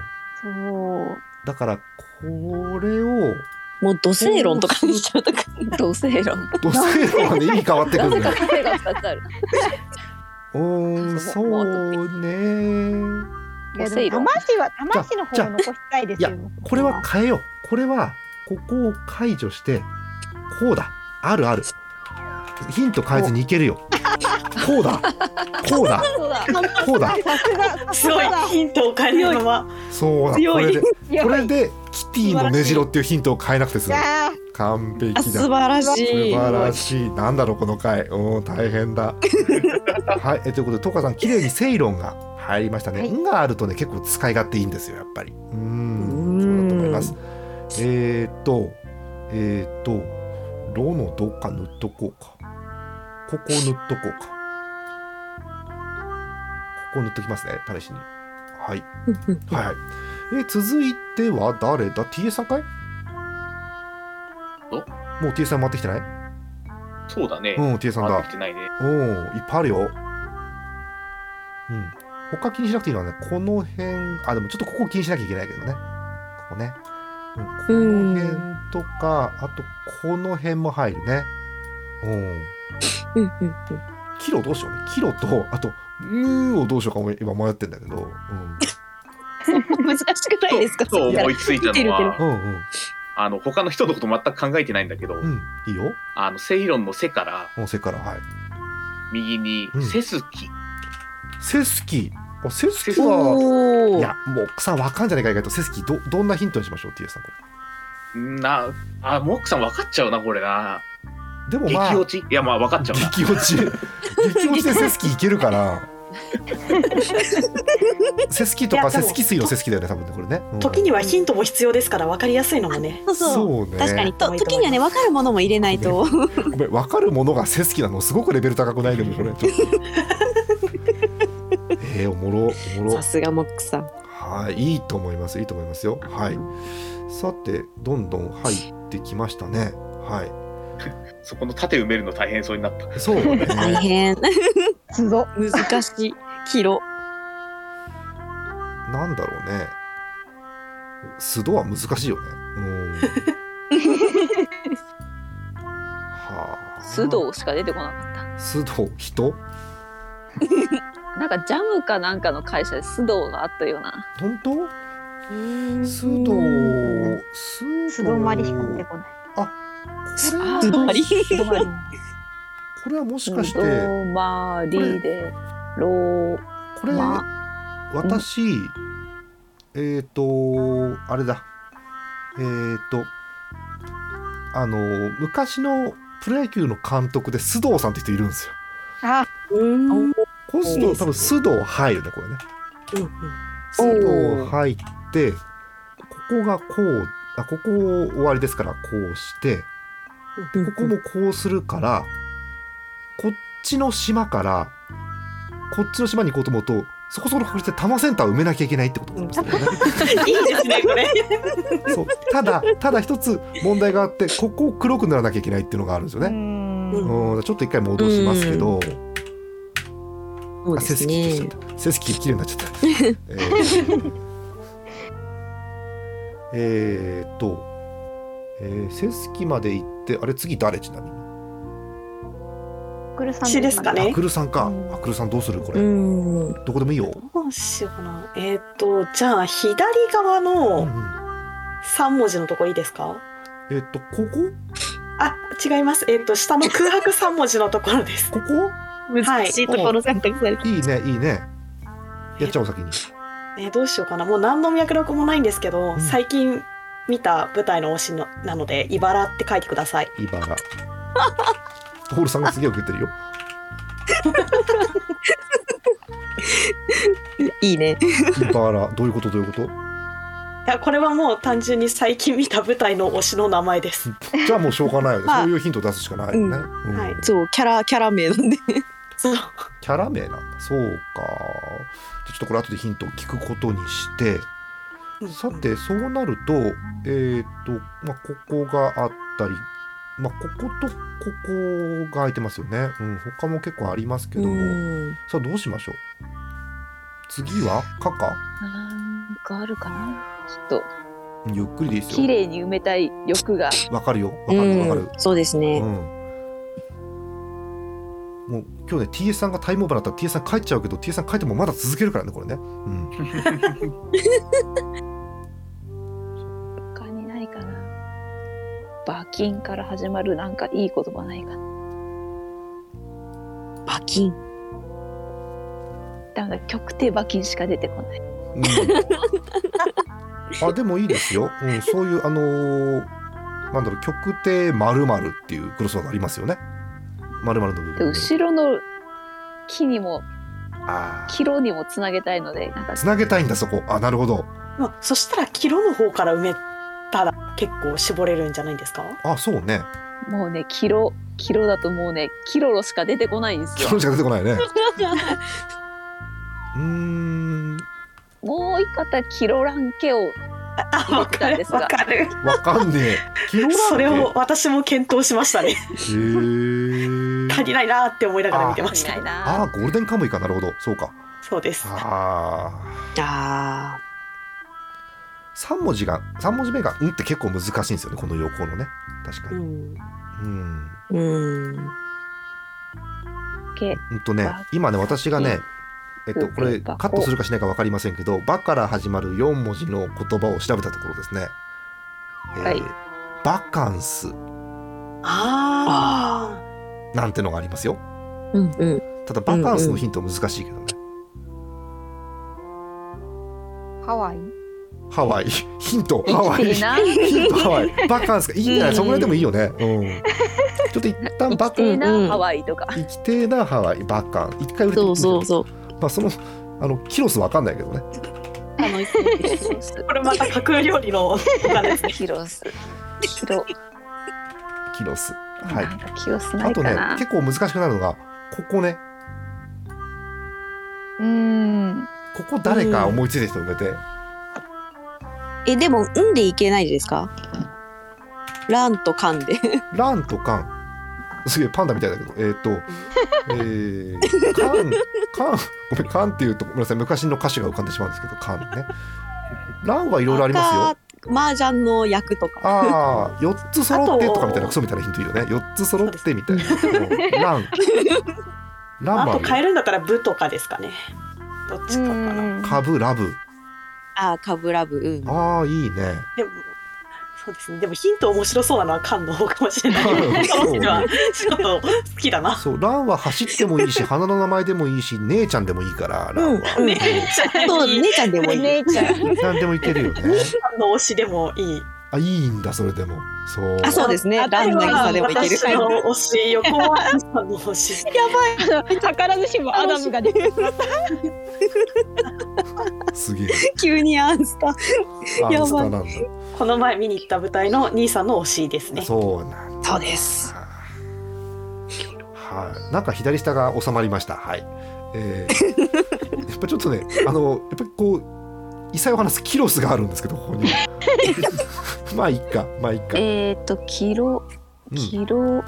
Speaker 1: うん。
Speaker 4: そう。
Speaker 1: だから、これを、
Speaker 6: もう土星論とかにしちゃうとか
Speaker 5: 同性論。
Speaker 1: 土星論はね意味変わってく
Speaker 5: なぜ
Speaker 1: る
Speaker 5: か
Speaker 1: ね。
Speaker 5: 癖が2つある。
Speaker 1: うーんそうね。
Speaker 4: いや
Speaker 5: 母性
Speaker 4: で
Speaker 5: 論
Speaker 4: も魂は魂の方を残したいですよ。
Speaker 1: これは変えよう。これはここを解除してこうだ。あるある。ヒント変えずにいけるよ。こうだ。こうだ。
Speaker 5: そうだ。
Speaker 1: こうだ。
Speaker 4: さすが
Speaker 3: すごい
Speaker 4: さ
Speaker 3: ヒントを変えるのは
Speaker 1: そうだ。こ
Speaker 3: 強い
Speaker 1: れで
Speaker 4: すが
Speaker 1: これでキティのねじろっていうヒントを変えなくて済む
Speaker 4: じ。ゃあ
Speaker 1: 完
Speaker 6: あ
Speaker 1: 璧だ。
Speaker 6: 素晴らし
Speaker 1: 素
Speaker 6: い
Speaker 1: 晴らしい。なんだろうこの回。おん大変 だ。はい。えということでトカさん綺麗にセイロンが入りましたね。
Speaker 4: はい
Speaker 1: 運があるとね結構使い勝手いいんですよやっぱり。うーん。
Speaker 6: うーん
Speaker 1: そうだと思います。えー、っとえー、っとロのどっか塗っとこうか。ここ塗っとこうか。ここ塗っときますね試しに。はいはいはい。え続いては誰だ ?T A さんかい？
Speaker 2: お
Speaker 1: もう T A さん回ってきてない？
Speaker 2: そうだね。
Speaker 1: うん、T さん
Speaker 2: 回って
Speaker 1: だ
Speaker 2: き。てないね。
Speaker 1: うん、いっぱいあるよ。うん。他気にしなくていいのはね、この辺、あ、でもちょっとここ気にしなきゃいけないけどね。ここね。うん、この辺とか、あとこの辺も入るね。うん。
Speaker 6: うんうんうん
Speaker 1: キロどうしようね。キロと、あと、ムーをどうしようかも今迷ってんだけど。うん。
Speaker 6: 難しくないですか
Speaker 2: そう
Speaker 6: それ
Speaker 2: 思いついたの
Speaker 6: 見てる
Speaker 1: う
Speaker 2: は、
Speaker 1: んうん。
Speaker 2: あの、他の人のこと全く考えてないんだけど、
Speaker 1: うん。いいよ。
Speaker 2: あの、セイロンの背から
Speaker 1: 音声から。はい。
Speaker 2: 右に
Speaker 1: うん、
Speaker 2: セスキ。
Speaker 1: セスキ。あ、セスキは、
Speaker 6: お
Speaker 1: い
Speaker 6: ー
Speaker 1: や、もう奥さんわかんじゃないか意外と。セスキ、ど、どんなヒントにしましょう ?TS さん、これ。
Speaker 2: な、あ、モックさん分かっちゃうな、これな。
Speaker 1: でも
Speaker 2: 激
Speaker 1: まあ。
Speaker 2: 落ちいや、まあ分かっちゃうな。
Speaker 1: 激落ち激落ちでセスキいける からセスキと
Speaker 3: い
Speaker 1: か
Speaker 3: やで
Speaker 1: セ
Speaker 3: も
Speaker 1: スキ水のセスキだよね多分ねこれね、うん
Speaker 3: 時にはヒントも必要ですから分かりやすいのもね
Speaker 6: そうそう
Speaker 1: そうね
Speaker 6: 確かにと時にはね分かるものも入れないと
Speaker 1: ごめん分かるものがセスキなのすごくレベル高くないでも これちょっとえー、おもろおもろ
Speaker 6: さすがモックさん
Speaker 1: はいいいと思いますいいと思いますよはいさてどんどん入ってきましたねは
Speaker 2: そこの縦埋めるの大変そうになった。
Speaker 1: いそうね
Speaker 6: 大変
Speaker 4: すご
Speaker 6: 難しいキロ
Speaker 1: なんだろうね素度は難しいよねうん はあ
Speaker 5: 須藤しか出てこなかっ
Speaker 1: 須藤人
Speaker 5: た。なんかジャムかなんかの会社で須藤があったような。
Speaker 1: 本当須藤須
Speaker 4: 素泊まりしか出てこない。
Speaker 6: つま り
Speaker 1: これはもしかして
Speaker 5: どまりで、ろう、
Speaker 1: これ
Speaker 5: ま、
Speaker 1: 私えっ、とあれだえっ、とあの昔のプロ野球の監督で須藤さんって人いるんですよ
Speaker 4: あ、
Speaker 3: うん
Speaker 1: こうすると多分須藤入るねこれね須藤入ってここがこうあここ終わりですからこうしてここもこうするからこっちの島からこっちの島に行こうと思うとそこそこの確率で多摩センターを埋めなきゃいけないってことなんですよね。
Speaker 3: いいですねこれ
Speaker 1: そうただただ一つ問題があってここを黒く塗らなきゃいけないっていうのがあるんですよね。うんちょっと一回戻しますけど、
Speaker 6: そう
Speaker 1: あ
Speaker 6: で
Speaker 1: セ
Speaker 6: す
Speaker 1: スキーって言
Speaker 6: ね
Speaker 1: っちゃったセスキー綺麗になっちゃった。え ーえーっと、えー、セスキまで行ってあれ次誰ちなみに。
Speaker 4: クルさん
Speaker 3: 私ですかね
Speaker 1: アクルさんか
Speaker 4: う。ん
Speaker 1: アクルさんどうするこれ。
Speaker 6: うん
Speaker 1: どこでもいいよ。
Speaker 3: どうしようかなえっ、とじゃあ左側
Speaker 1: うんう
Speaker 3: の
Speaker 1: ん
Speaker 3: 3文字のとこいいですか
Speaker 1: えっとここ
Speaker 3: あ違いますえっ、と下の空白3文字のところです
Speaker 1: こ
Speaker 3: 難し
Speaker 6: い
Speaker 1: とこ
Speaker 6: ろ選択され
Speaker 1: こいいねいいね。やっちゃおう先に。
Speaker 3: えーどうしようかなもう何の脈絡もないんですけど、
Speaker 1: うん
Speaker 3: 最近見た舞台の推しのなので「いばら」って書いてください
Speaker 1: 茨。トールさんがすげえ受けてるよ。
Speaker 6: いいね
Speaker 1: 茨どういうことどういうこと。
Speaker 3: いやこれはもう単純に最近見た舞台の推しの名前です
Speaker 1: じゃあもうしょうがないよね。
Speaker 6: まあ
Speaker 1: そういうヒント出すしかないよね。うん
Speaker 3: はい
Speaker 6: そうキャラキャラ名なんで
Speaker 3: そう
Speaker 1: キャラ名なんだ。そうか。じゃあちょっとこれ後でヒントを聞くことにして。さてそうなるとえっ、と、まあ、ここがあったり、まあ、こことここが空いてますよね、うん、他も結構ありますけども、
Speaker 6: うん
Speaker 1: さあどうしましょう次はカカ
Speaker 5: なんかあるかなちょっ
Speaker 1: ゆっくりでいいです
Speaker 5: 綺
Speaker 1: よ
Speaker 5: 麗に埋めたい欲が
Speaker 1: わかるよわかるわかる
Speaker 6: うん、そうですね、
Speaker 1: うんもう今日ね TS さんがタイムオーバーだったら TS さん帰っちゃうけど TS さん帰ってもまだ続けるからねこれね、うん、
Speaker 5: 他にないかな馬金から始まるなんかいい言葉ないかな
Speaker 6: 馬金
Speaker 5: なんか極低馬金しか出てこない
Speaker 1: うん、あでもいいです よ、うん、そういうあのーなんだろう極定まるっていうクロスワードありますよねまるの部
Speaker 5: で
Speaker 1: 分
Speaker 5: 後ろの木にも
Speaker 1: あ
Speaker 5: キロにもつなげたいのでなんか
Speaker 1: つなげたいんだそこあなるほど
Speaker 3: まあ、そしたらキロの方から埋めたら結構絞れるんじゃないんですか
Speaker 1: あそうね
Speaker 5: もうねキロキロだともうねキロロしか出てこないんです
Speaker 1: キ
Speaker 5: よ
Speaker 1: ロしか出てこないねうーん
Speaker 5: もう一方キロランケを
Speaker 3: あ
Speaker 5: 入れてたんですが
Speaker 3: わかる
Speaker 1: わかんねえキロなんて
Speaker 3: それを私も検討しましたね
Speaker 1: へ
Speaker 3: 足
Speaker 1: え
Speaker 3: りないなって思いながら見てまし
Speaker 5: した
Speaker 3: た
Speaker 5: い
Speaker 1: あ
Speaker 5: な
Speaker 1: あゴールデンカムイかなるほどそうか
Speaker 3: そうです
Speaker 1: あ
Speaker 6: あ
Speaker 1: 3文字が三文字目が「ん」って結構難しいんですよねこの横のね確か
Speaker 6: ーう
Speaker 1: に
Speaker 6: ん
Speaker 1: うん
Speaker 6: うん
Speaker 5: け
Speaker 1: うんとね
Speaker 5: バ、
Speaker 1: 今ね、私がね、えっと、これ、
Speaker 5: バコ
Speaker 1: カットするかしないか分かりませんけど、バから始まる4文字の言葉を調べたところですね。えー
Speaker 5: はい
Speaker 1: バカンス
Speaker 3: あ
Speaker 1: なんてのがありますよ。
Speaker 6: うんうん
Speaker 1: ただ、バカンスのヒント難しいけどね。
Speaker 5: ハワイ
Speaker 1: ハ ワイ、ヒント、ハ
Speaker 5: 生
Speaker 1: ワイ、
Speaker 5: きて
Speaker 1: ヒ
Speaker 5: えな
Speaker 1: ント、ハワイ、バカンスか、いいんじゃな
Speaker 6: う
Speaker 1: い
Speaker 6: ん
Speaker 1: そこらでもいいよね。 うん。ちょっと一旦
Speaker 5: 生
Speaker 1: バ
Speaker 5: きてえな、
Speaker 6: うんうん
Speaker 5: ハワイとか
Speaker 1: 生きてえなハワイ、バカン。一回売れて
Speaker 6: そうそうそう
Speaker 1: う。まあ、その、あの、キロス分かんないけどね。
Speaker 6: 楽しそ
Speaker 3: あこれまた架空料理のお金 ですね
Speaker 5: キロスキロ
Speaker 1: キロス。はい
Speaker 5: な。んかキロスな
Speaker 1: あ
Speaker 5: い
Speaker 1: と
Speaker 5: か
Speaker 1: ね
Speaker 5: な、
Speaker 1: 結構難しくなるのが、ここね、
Speaker 5: うーん
Speaker 1: ここ誰か思いついた人埋めて、
Speaker 6: えでも「うん」でいけないですか「ラン」と「カン」で
Speaker 1: ランとカン、すげえパンダみたいだけど、えっ、と、えー、カン、カン、ごめん、カンっていうと、ごめんなさい、昔の歌詞が浮かんでしまうんですけど、カンね。ランはいろいろありますよ。
Speaker 6: マージャンの役とか
Speaker 1: ああ、四つ揃ってとかみたい
Speaker 3: あと
Speaker 1: な、クソみたいなヒントいいよね。四つ揃ってみたいな。うんラン。ラン
Speaker 3: あ
Speaker 1: マ
Speaker 3: と変え
Speaker 1: ル、
Speaker 3: るんだったら部とかですかねどっちかかな
Speaker 1: カブ、ラブ。
Speaker 6: あーカブラブうん
Speaker 1: ああ、いいね。
Speaker 3: でもそうですねでもヒント面白そうなのは缶の方かもしれない
Speaker 1: うん
Speaker 3: その人は
Speaker 1: そ
Speaker 3: ちょっと好きだな
Speaker 1: そう、ランは走ってもいいし、花の名前でもいいし、姉ちゃんでもいいから、ランは。
Speaker 6: うん
Speaker 3: ね え
Speaker 6: そう姉ちゃんでもいい、
Speaker 5: 姉ちゃん
Speaker 1: 何でもいけ るよね。
Speaker 3: 缶の推しでもいい
Speaker 1: あ、いいんだ、それでも。そう。
Speaker 6: あそうですねランナギさでもいける
Speaker 3: 私の推し横はさんの推し
Speaker 7: 宝ずしもアダムが出てくる
Speaker 1: す げえ。
Speaker 6: 急にアンスタ
Speaker 1: ア
Speaker 6: やばい
Speaker 1: ンスタなん
Speaker 3: この前見に行った舞台の兄さんの推しです
Speaker 1: だ。
Speaker 3: ね
Speaker 1: そうなん
Speaker 6: そうです
Speaker 1: だ。はい。なんか左下が収まりました。はい。えー、 やっぱちょっとね、あの、やっぱりこう、異彩を放すキロスがあるんですけど、ここ に。まあ、いっか、まあ、いっか。
Speaker 5: えー、っとキロ
Speaker 1: うん、
Speaker 5: キロ、ロ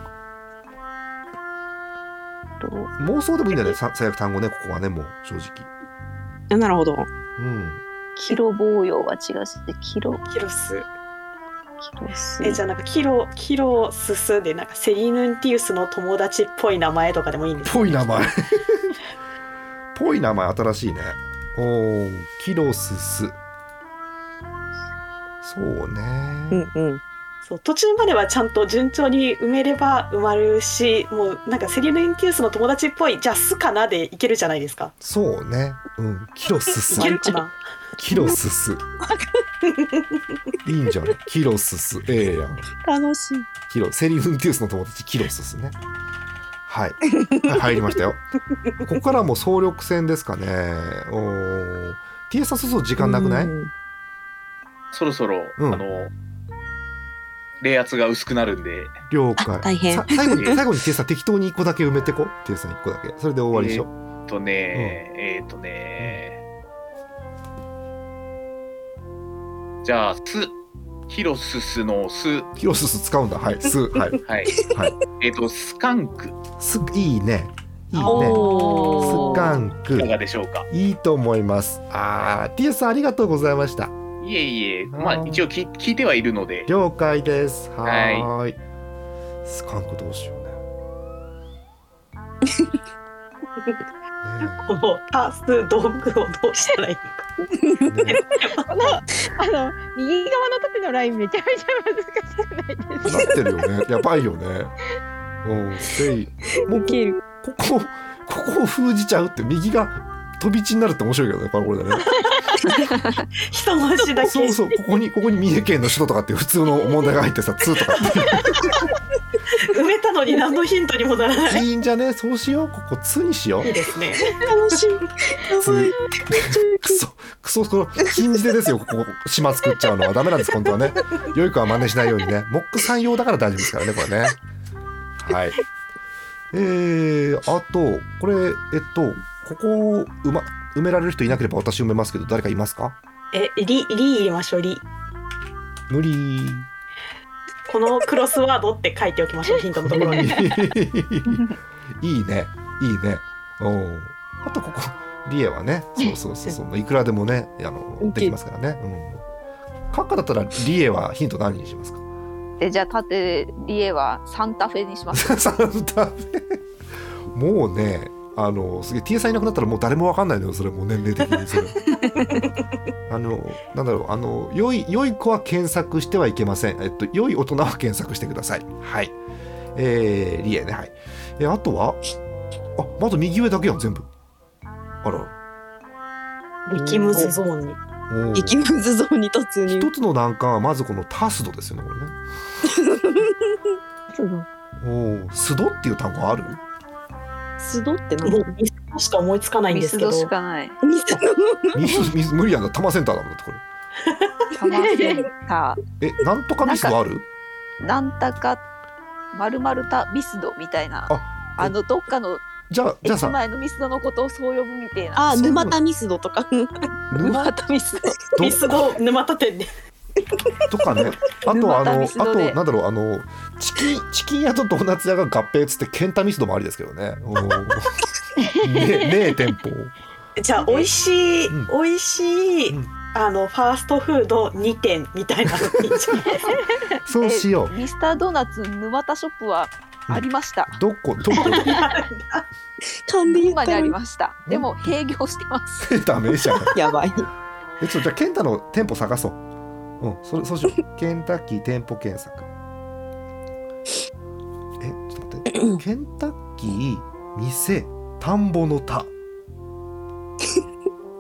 Speaker 1: 妄想でもいいんだよね、さ最悪単語ね、ここはね、もう、正直。
Speaker 6: あなるほど
Speaker 1: うん。
Speaker 5: キロ棒用は違うしキロ
Speaker 3: キロス
Speaker 5: キロス
Speaker 3: えじゃあなんかキロキロススでなんかセリヌンティウスの友達っぽい名前とかでもいいんですか
Speaker 1: ぽい名前。 ぽい名前、新しいね。おーキロスス。そうね。
Speaker 6: うんうん
Speaker 3: そう途中まではちゃんと順調に埋めれば埋まるしもうなんかセリヌンティウスの友達っぽいじゃあスかなでいけるじゃないですか
Speaker 1: そうね。うん。キロスス
Speaker 3: い。けるかな
Speaker 1: キロスス。いいんじゃないキロスス。ええやん。
Speaker 6: 楽しい
Speaker 1: キロ、セリフンティウスの友達、キロススね。はい。 入りましたよ。ここからはもう総力戦ですかね。おー TS さん、そうそう時間なくない
Speaker 6: うん
Speaker 2: そろそろ、
Speaker 1: うん
Speaker 2: あの冷圧が薄くなるんで
Speaker 1: 了解
Speaker 6: あ大変
Speaker 1: さ最後に最後に T さん適当に1個だけ埋めてこ T さん1個だけそれで終わりでしょ、
Speaker 2: えーっとね、えーっとね、じゃあ、す、ヒロススのす、
Speaker 1: ヒロスス使うんだはいすはい
Speaker 2: はい、
Speaker 1: はい
Speaker 2: えーっと、スカンク、
Speaker 1: すいいねいいね
Speaker 5: お
Speaker 1: ス
Speaker 5: ー
Speaker 1: カン
Speaker 2: い
Speaker 1: ク
Speaker 2: かがでしょうか。
Speaker 1: いいと思いますあー T さんありがとうございました
Speaker 2: いいえいえ、まあ一応聞聞いてはいるので、
Speaker 1: 了解ですは
Speaker 2: は
Speaker 1: ー
Speaker 2: い
Speaker 1: いスカンクどうしようね
Speaker 3: この多数道具をどうしたらいいのか
Speaker 1: ねね
Speaker 7: この、あの、右側の縦のラインめちゃめちゃ難しくないです
Speaker 1: なってるよね。やばいよね。うん、ステイ。もうこ
Speaker 6: ける
Speaker 1: ここここを封じちゃうって右が飛び地になるって面白いけどね、これこれ だね。
Speaker 3: 一文字だけ
Speaker 1: そうそう、ここにここに三重県の首都とかっていう普通の問題が入ってさ、2とかって
Speaker 3: 埋めたのに何のヒントにもならない
Speaker 1: いいんじゃね？そうしよう。ここ2にしよ。
Speaker 3: いいうですね
Speaker 6: 楽しい。やばい。
Speaker 1: クソクソこの禁じ手ですよ。ここ島作っちゃうのはダメなんです本当はね。良い子は真似しないようにね。モックさん用だから大丈夫ですからねこれね。はい。えー、あとこれえっとここを埋,、ま、埋められる人いなければ私埋めますけど誰かいますか？
Speaker 3: えリリ入れましょうリ
Speaker 1: 無理。
Speaker 3: このクロスワードって書いておきましょうヒントのところに
Speaker 1: いいねいいね。おーあとここリエはねそうそうそうそういくらでもねあのできますからね。うん。カッカだったらリエはヒント何にしますか？
Speaker 5: でじゃあ縦リエはサンタフェにしま す
Speaker 1: サンタフェもうねあのすげえ T さんいなくなったらもう誰もわかんないのよそれもう年齢的にそれあのなんだろうあの良い良い子は検索してはいけませんえっと良い大人は検索してくださいはいえー、リエねはいえあとはあまだ右上だけやん全部あら
Speaker 3: 激ムズゾーンに
Speaker 1: おー
Speaker 6: 激ムズゾーンに突入
Speaker 1: 一。つの難関はまずこのタスドですよねこれねおおスドっていう単語ある
Speaker 6: すどってな
Speaker 3: もうミスドしか思いつかないん
Speaker 5: ミ
Speaker 3: です
Speaker 5: ス
Speaker 3: けど
Speaker 5: ドしかない
Speaker 6: ミスド
Speaker 1: ミスミス無理やんだ多摩センターだもんだってこれ
Speaker 5: タマセンタ
Speaker 1: え、なんとかミスドある
Speaker 5: ーなんたかまるまるたミスドみたいな
Speaker 1: あ
Speaker 5: あのどっかの
Speaker 1: じゃあ、じゃあ
Speaker 5: 駅
Speaker 1: さ、
Speaker 5: 前のミスドのことをそう呼ぶみたいな
Speaker 6: あ、沼田ミスドと か。
Speaker 1: 沼
Speaker 6: 沼田ミスド。
Speaker 3: ミスド沼立てで
Speaker 1: とかね、あとはあ
Speaker 5: 沼
Speaker 1: の、
Speaker 5: 田
Speaker 1: あ
Speaker 5: ミスド
Speaker 1: と
Speaker 5: で、
Speaker 1: なんだろう、あの、チキン、チキン屋とドーナツ屋が合併っつって、ケンタミスドもありですけどね。おーねねえ、店舗。
Speaker 3: じゃあ美味しい、
Speaker 1: う
Speaker 3: 美味しい、
Speaker 1: うん
Speaker 3: あのファーストフード2点みたいなのいいんじゃないですか
Speaker 1: そうしよ
Speaker 5: ミスタードーナツ沼田ショップはありました、
Speaker 1: う。どこ、どこだ
Speaker 6: 勘で言っ
Speaker 5: 今にあ
Speaker 6: た
Speaker 5: り
Speaker 6: の
Speaker 5: ました
Speaker 1: うん
Speaker 5: でも閉業してます
Speaker 1: ダメじゃん。
Speaker 6: やばい。
Speaker 1: え、そう、じゃあ、ケンタの店舗探そう。うん、それ、そうしよう。ケンタッキー店舗検索。え、ちょっと待って。ケンタッキー、店、田んぼの田。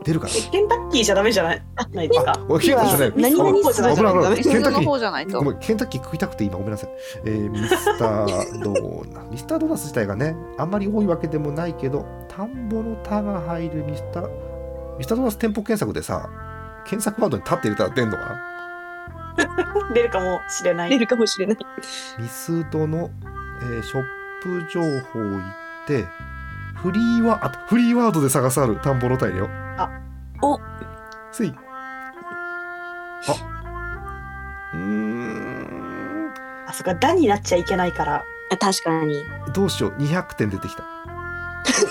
Speaker 1: 出るかな
Speaker 3: ケンタッキーじゃダメじゃないないですか
Speaker 1: あ、おい、ケンタッキーじゃない。
Speaker 6: 何々するじ
Speaker 1: 危
Speaker 6: ゃ
Speaker 1: ない危ない
Speaker 6: ない
Speaker 5: ミス
Speaker 1: ケンタッキ
Speaker 5: ド
Speaker 1: ー
Speaker 5: の方じゃないと
Speaker 1: ごめんケンタッキー食いたくて今ごめんなさい、えーミスタードーナツ ミスタードーナツ自体がねあんまり多いわけでもないけど田んぼの「田」が入るミスターミスタードーナツ店舗検索でさ検索ワードに「田」って入れたら出んのかな
Speaker 3: 出るかもしれな
Speaker 6: 出
Speaker 3: い
Speaker 6: るかもしれない。
Speaker 1: ミスドの、えーショップ情報行ってフリーワードフリーワードで探すある田んぼの「田」入れよ
Speaker 3: あ
Speaker 6: お
Speaker 1: せいあうーん
Speaker 3: あそこダになっちゃいけないから
Speaker 6: あ確かに。
Speaker 1: どうしよう200点出てきた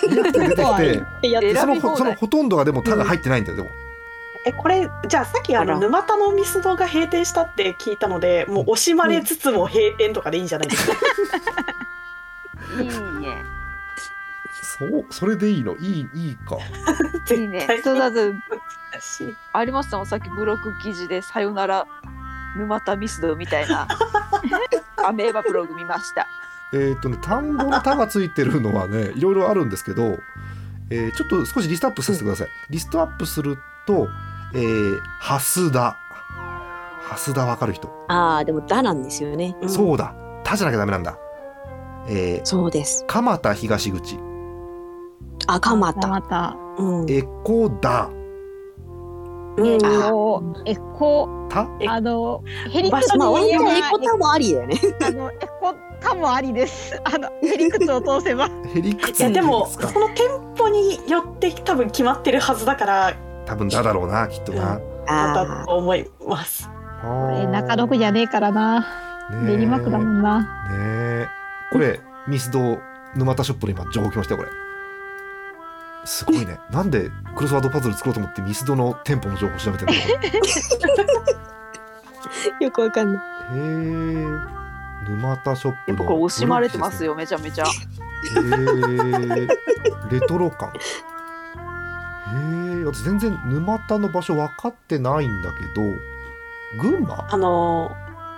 Speaker 1: 200点出てきて
Speaker 7: いや、
Speaker 1: でそ
Speaker 5: 選
Speaker 1: の
Speaker 5: び
Speaker 1: ほ
Speaker 5: 放
Speaker 1: その
Speaker 5: 題
Speaker 1: ほとんどがでもただ入ってないんだよ、でも
Speaker 3: えこれじゃあさっきあ
Speaker 6: あ
Speaker 3: の
Speaker 6: ら
Speaker 3: 沼田のミスドが閉店したって聞いたのでもう惜しまれつつも閉店とかでいいんじゃないですか、
Speaker 5: いいね
Speaker 1: そうそれでいいのいいいいか
Speaker 5: いいね
Speaker 3: 絶対
Speaker 5: そうだって
Speaker 3: 難しい
Speaker 5: ありましたもんさっきブログ記事で「さよなら沼田ミスド」みたいなアメーバブログ見ました
Speaker 1: えーっとね田んぼの「田」がついてるのはねいろいろあるんですけど、えーちょっと少しリストアップさせてください、リストアップするとえー「はすだ」「はすだ」わかる人、
Speaker 6: ああ、でもだなんですよね。うん
Speaker 1: そうだ「田」じゃなきゃダメなんだえー
Speaker 6: そうです。
Speaker 1: 蒲田東口
Speaker 6: 赤股。
Speaker 7: また。
Speaker 6: うん。
Speaker 1: エコダ
Speaker 7: えっ
Speaker 6: あ
Speaker 7: と、エコ、
Speaker 1: タ
Speaker 7: あの、ヘリク
Speaker 3: ー
Speaker 7: ト
Speaker 6: まあ、
Speaker 7: の
Speaker 6: 割
Speaker 7: 家
Speaker 6: とエ
Speaker 7: は
Speaker 6: コタもありだ よね。
Speaker 7: あの、エコタもありです。あの、ヘリクトを通 せば。
Speaker 1: ヘリク
Speaker 3: い
Speaker 1: ツ
Speaker 3: やでも
Speaker 1: すか
Speaker 3: その店舗によって多分決まってるはずだから
Speaker 1: 多分だだろうなきっとな、
Speaker 3: だ
Speaker 6: あ
Speaker 3: と思います
Speaker 1: あ
Speaker 7: え
Speaker 1: ー
Speaker 7: 中野区じゃねえからな。
Speaker 1: ねえ
Speaker 7: 練馬区だもんな。
Speaker 1: ねえこれミスド沼田ショップの今情報来ましたよこれすごい ねなんでクロスワードパズル作ろうと思ってミスドの店舗の情報調べてるのへ
Speaker 6: よくわかんない。
Speaker 1: え 沼田ショップ
Speaker 5: やっぱ
Speaker 1: の
Speaker 5: これ惜しまれてますよめちゃめち
Speaker 1: へ
Speaker 5: ゃ
Speaker 1: ーレトロ感。へえ、私全然沼田の場所分かってないんだけど、群馬？
Speaker 3: あの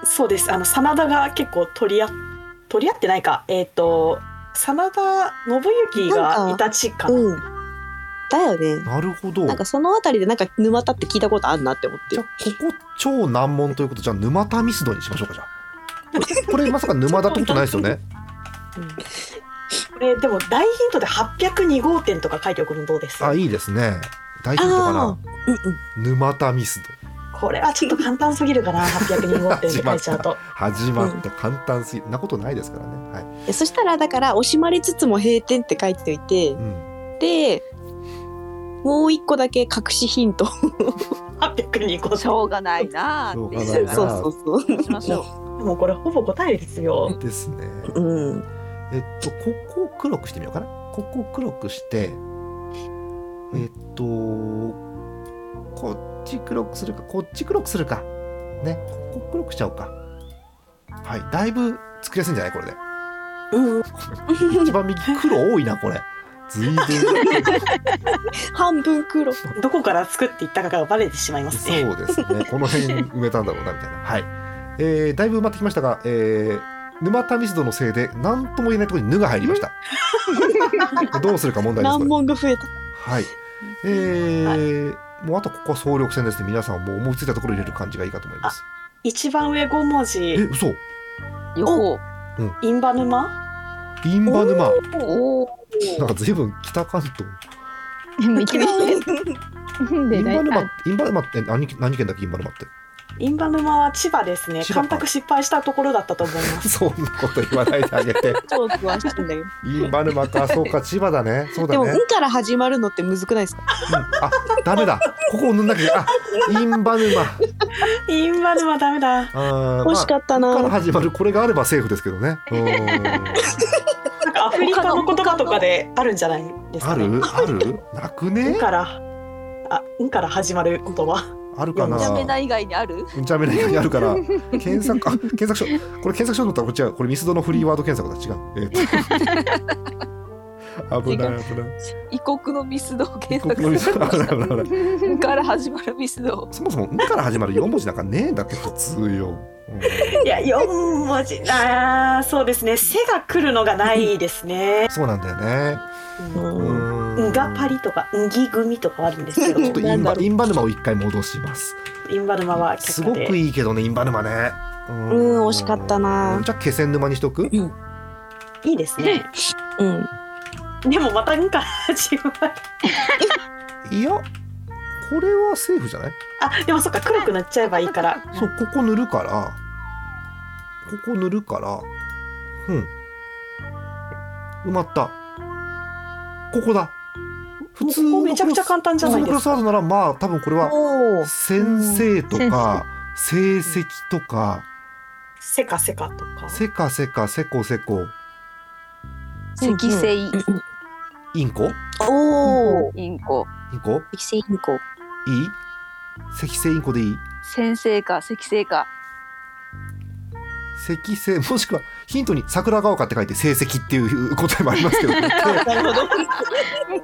Speaker 3: そうですあの真田が結構取り合っ取り合ってないかえっ、と真田信行がいた地かな
Speaker 6: うん。だよね。
Speaker 1: なるほど。
Speaker 6: なんかそのあたりでなんか沼田って聞いたことあんなって思って
Speaker 1: じゃあここ超難問ということじゃあ沼田ミスドにしましょうかじゃあ。これまさか沼田ってことないですよね。
Speaker 3: これでも大ヒントで802号店とか書いておくのどうです
Speaker 1: あ、いいですね。大ヒントかな。
Speaker 6: うんうん。
Speaker 1: 沼田ミスド。
Speaker 3: これはちょっと簡単すぎるかな802号店って書いちゃうと
Speaker 1: 始まった簡単すぎる。なことないですからね。はい。
Speaker 6: いやそしたらだから惜しまれつつも閉店って書いておいて
Speaker 1: う、ん。
Speaker 6: で、もう一個だけ隠しヒント。
Speaker 3: 802号
Speaker 5: し
Speaker 3: 店
Speaker 5: ょうがないなーって
Speaker 1: しょ
Speaker 6: そうう
Speaker 1: がない
Speaker 6: そうそう。
Speaker 5: しましょう
Speaker 3: もうこれほぼ答えですよ
Speaker 1: ですね。
Speaker 6: うん。
Speaker 1: えっと、ここを黒くしてみようかな。ここを黒くして、えっと、こっち黒くするか、こっち黒くするか。ね、ここ黒くしちゃおうか。はい、だいぶ作りやすいんじゃないこれで。
Speaker 6: うん、
Speaker 1: 一番右、黒多いな、これ。ずいぶん。
Speaker 6: 半分黒。
Speaker 3: どこから作っていったかがバレてしまいますね
Speaker 1: そうですね。この辺埋めたんだろうな、みたいな。 はい。えー、だいぶ埋まってきましたが、えー、沼田ミスドのせいで、何とも言えないところに「ぬ」が入りました。 どうするか問題ですこれ
Speaker 6: 難問が増えた。
Speaker 1: はい。えーもうあとここは総力戦ですね。皆さんはもう思いついたところ入れる感じがいいかと思います。
Speaker 3: 一番上5文
Speaker 1: え、
Speaker 3: 字
Speaker 1: 嘘。
Speaker 5: 横
Speaker 3: インバ沼
Speaker 1: インバ沼。
Speaker 5: おお
Speaker 1: なんか随分北関東。
Speaker 7: でも一番住ん
Speaker 1: イ
Speaker 7: で
Speaker 1: ン
Speaker 7: ない
Speaker 1: バ沼
Speaker 7: あ
Speaker 1: って、インバ沼って何何県だっけインバ沼 って。
Speaker 3: インバ沼は千葉ですね
Speaker 1: 千葉か
Speaker 3: 干拓失敗したところだったと思います
Speaker 1: そんなこと言わないであげて。
Speaker 6: 超詳しいんだよ。
Speaker 1: インバ沼か、そうか、千葉だね。そう
Speaker 6: で
Speaker 1: だ
Speaker 6: も、
Speaker 1: ね。うん
Speaker 6: うんから始まるのってむずくないですか。
Speaker 1: あ、ダメだ。ここを塗んなきゃいけない。あ、インバ沼。
Speaker 3: インバ沼ダメだ
Speaker 1: あー
Speaker 6: 惜しかった
Speaker 1: まあ、から
Speaker 6: な。
Speaker 1: 始まるこれがあればセーフですけどね。うーん。
Speaker 3: なんかアフリカの言葉とかであるんじゃないです
Speaker 1: あ
Speaker 3: かね
Speaker 1: るあるなく
Speaker 3: う
Speaker 1: ね
Speaker 3: んからあうんから始まる言葉
Speaker 1: あるかな
Speaker 5: ジャメナ以外にある
Speaker 1: うんちゃめな以外にあるから検索あ検索しようこれ検索しようと思ったらこっちはこれミスドのフリーワード検索だ違う、えーと危ない危ない
Speaker 5: 異国のミスドを検
Speaker 1: 一国のミ
Speaker 5: 索
Speaker 1: スド
Speaker 5: す
Speaker 1: 危ない危ない危ない
Speaker 5: る から始まるミスド
Speaker 1: そもそも「ん」から始まる4文字なんかねえんだって普通よ、うん
Speaker 3: いや4文字あーそうですね「背が来るのがないですね
Speaker 1: そうなんだよね
Speaker 6: うん
Speaker 3: うんがパ
Speaker 1: リ
Speaker 3: リとかうんぎ組とかあるんですけ ど
Speaker 1: ちょっとインバインバ沼を一回戻します
Speaker 3: インバ沼は
Speaker 1: す
Speaker 3: 結
Speaker 1: ご
Speaker 3: 構
Speaker 1: く
Speaker 3: で
Speaker 1: いいけどねインバ沼ねう
Speaker 6: うん惜しかったな
Speaker 1: じゃあ気仙沼にしとく
Speaker 3: いいですね
Speaker 6: うん。
Speaker 3: でもまたうんから始まる
Speaker 1: いやこれはセーフじゃない
Speaker 3: あでもそっか黒くなっちゃえばいいから
Speaker 1: そうここ塗るからここ塗るからうん埋まったここだ普通
Speaker 3: もう
Speaker 1: の
Speaker 3: めちゃくちゃ簡単じゃない
Speaker 1: ク
Speaker 3: で
Speaker 1: ロ
Speaker 3: す
Speaker 1: スワー
Speaker 3: か
Speaker 1: ドならまあ多分これは
Speaker 6: おお。
Speaker 1: 先生と
Speaker 7: うん
Speaker 1: か成績とか
Speaker 3: せかせかとか
Speaker 1: せかせかせこせこ
Speaker 5: 赤星
Speaker 1: インコイ
Speaker 6: おお。
Speaker 5: インコ
Speaker 1: ンコ
Speaker 6: 適正変更。
Speaker 1: いい赤星インコでいい
Speaker 5: 先生か赤星か
Speaker 1: 赤星もしくはヒントに桜川丘って書いて成績っていう答えもありますけど、 ね、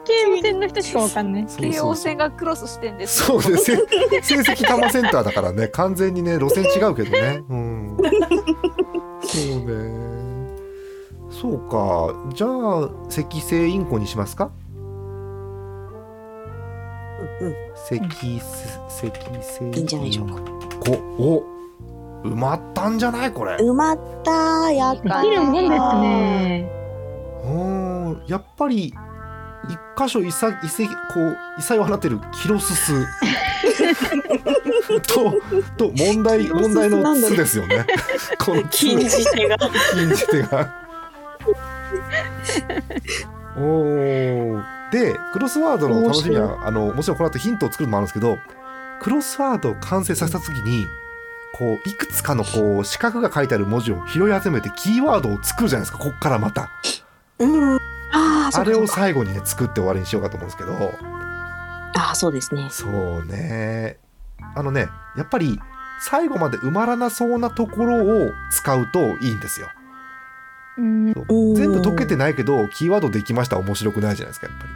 Speaker 7: 京王線の人しかわかんない
Speaker 1: そうそうそう
Speaker 5: 京王線がクロスしてんです
Speaker 1: そうですね。成績多摩センターだからね、完全にね、路線違うけどね。うん。そうね。そうか、じゃあ、赤星インコにしますか。
Speaker 3: うんうん
Speaker 1: 赤星、赤星。
Speaker 6: いいんじゃないでしょうか。
Speaker 1: こ、お。埋まったんじゃない、これ。
Speaker 6: 埋まったー。やった
Speaker 7: で
Speaker 6: ー。
Speaker 7: きるもんですね
Speaker 1: うん、やっぱり。一箇所いさ、いせ、こう、異彩を放ってるキロスス。 と、と、問題、
Speaker 6: キロスス
Speaker 1: 問題の
Speaker 6: なんだろ
Speaker 1: 巣
Speaker 6: う
Speaker 1: ですよね。 こ の
Speaker 3: 禁
Speaker 1: 禁
Speaker 3: じ手が
Speaker 1: じ手が。おーで、クロスワードの楽しみ
Speaker 6: 面
Speaker 1: は、あの、もちろんこの後ヒントを作るのもあるんですけど。クロスワードを完成させた時に。こういくつかのこう四角が書いてある文字を拾い集めてキーワードを作るじゃないですかこっからまた
Speaker 3: うん
Speaker 6: ああ、そ
Speaker 1: あ
Speaker 6: うか
Speaker 1: れ
Speaker 6: そう
Speaker 1: を
Speaker 6: か。
Speaker 1: 最後にね作って終わりにしようかと思うんですけど
Speaker 6: ああ、そうですね。
Speaker 1: そうねあのねやっぱり最後まで埋まらなそうなところを使うといいんですよ
Speaker 7: うん
Speaker 6: おー
Speaker 1: 全部解けてないけどキーワードできました面白くないじゃないですかやっぱり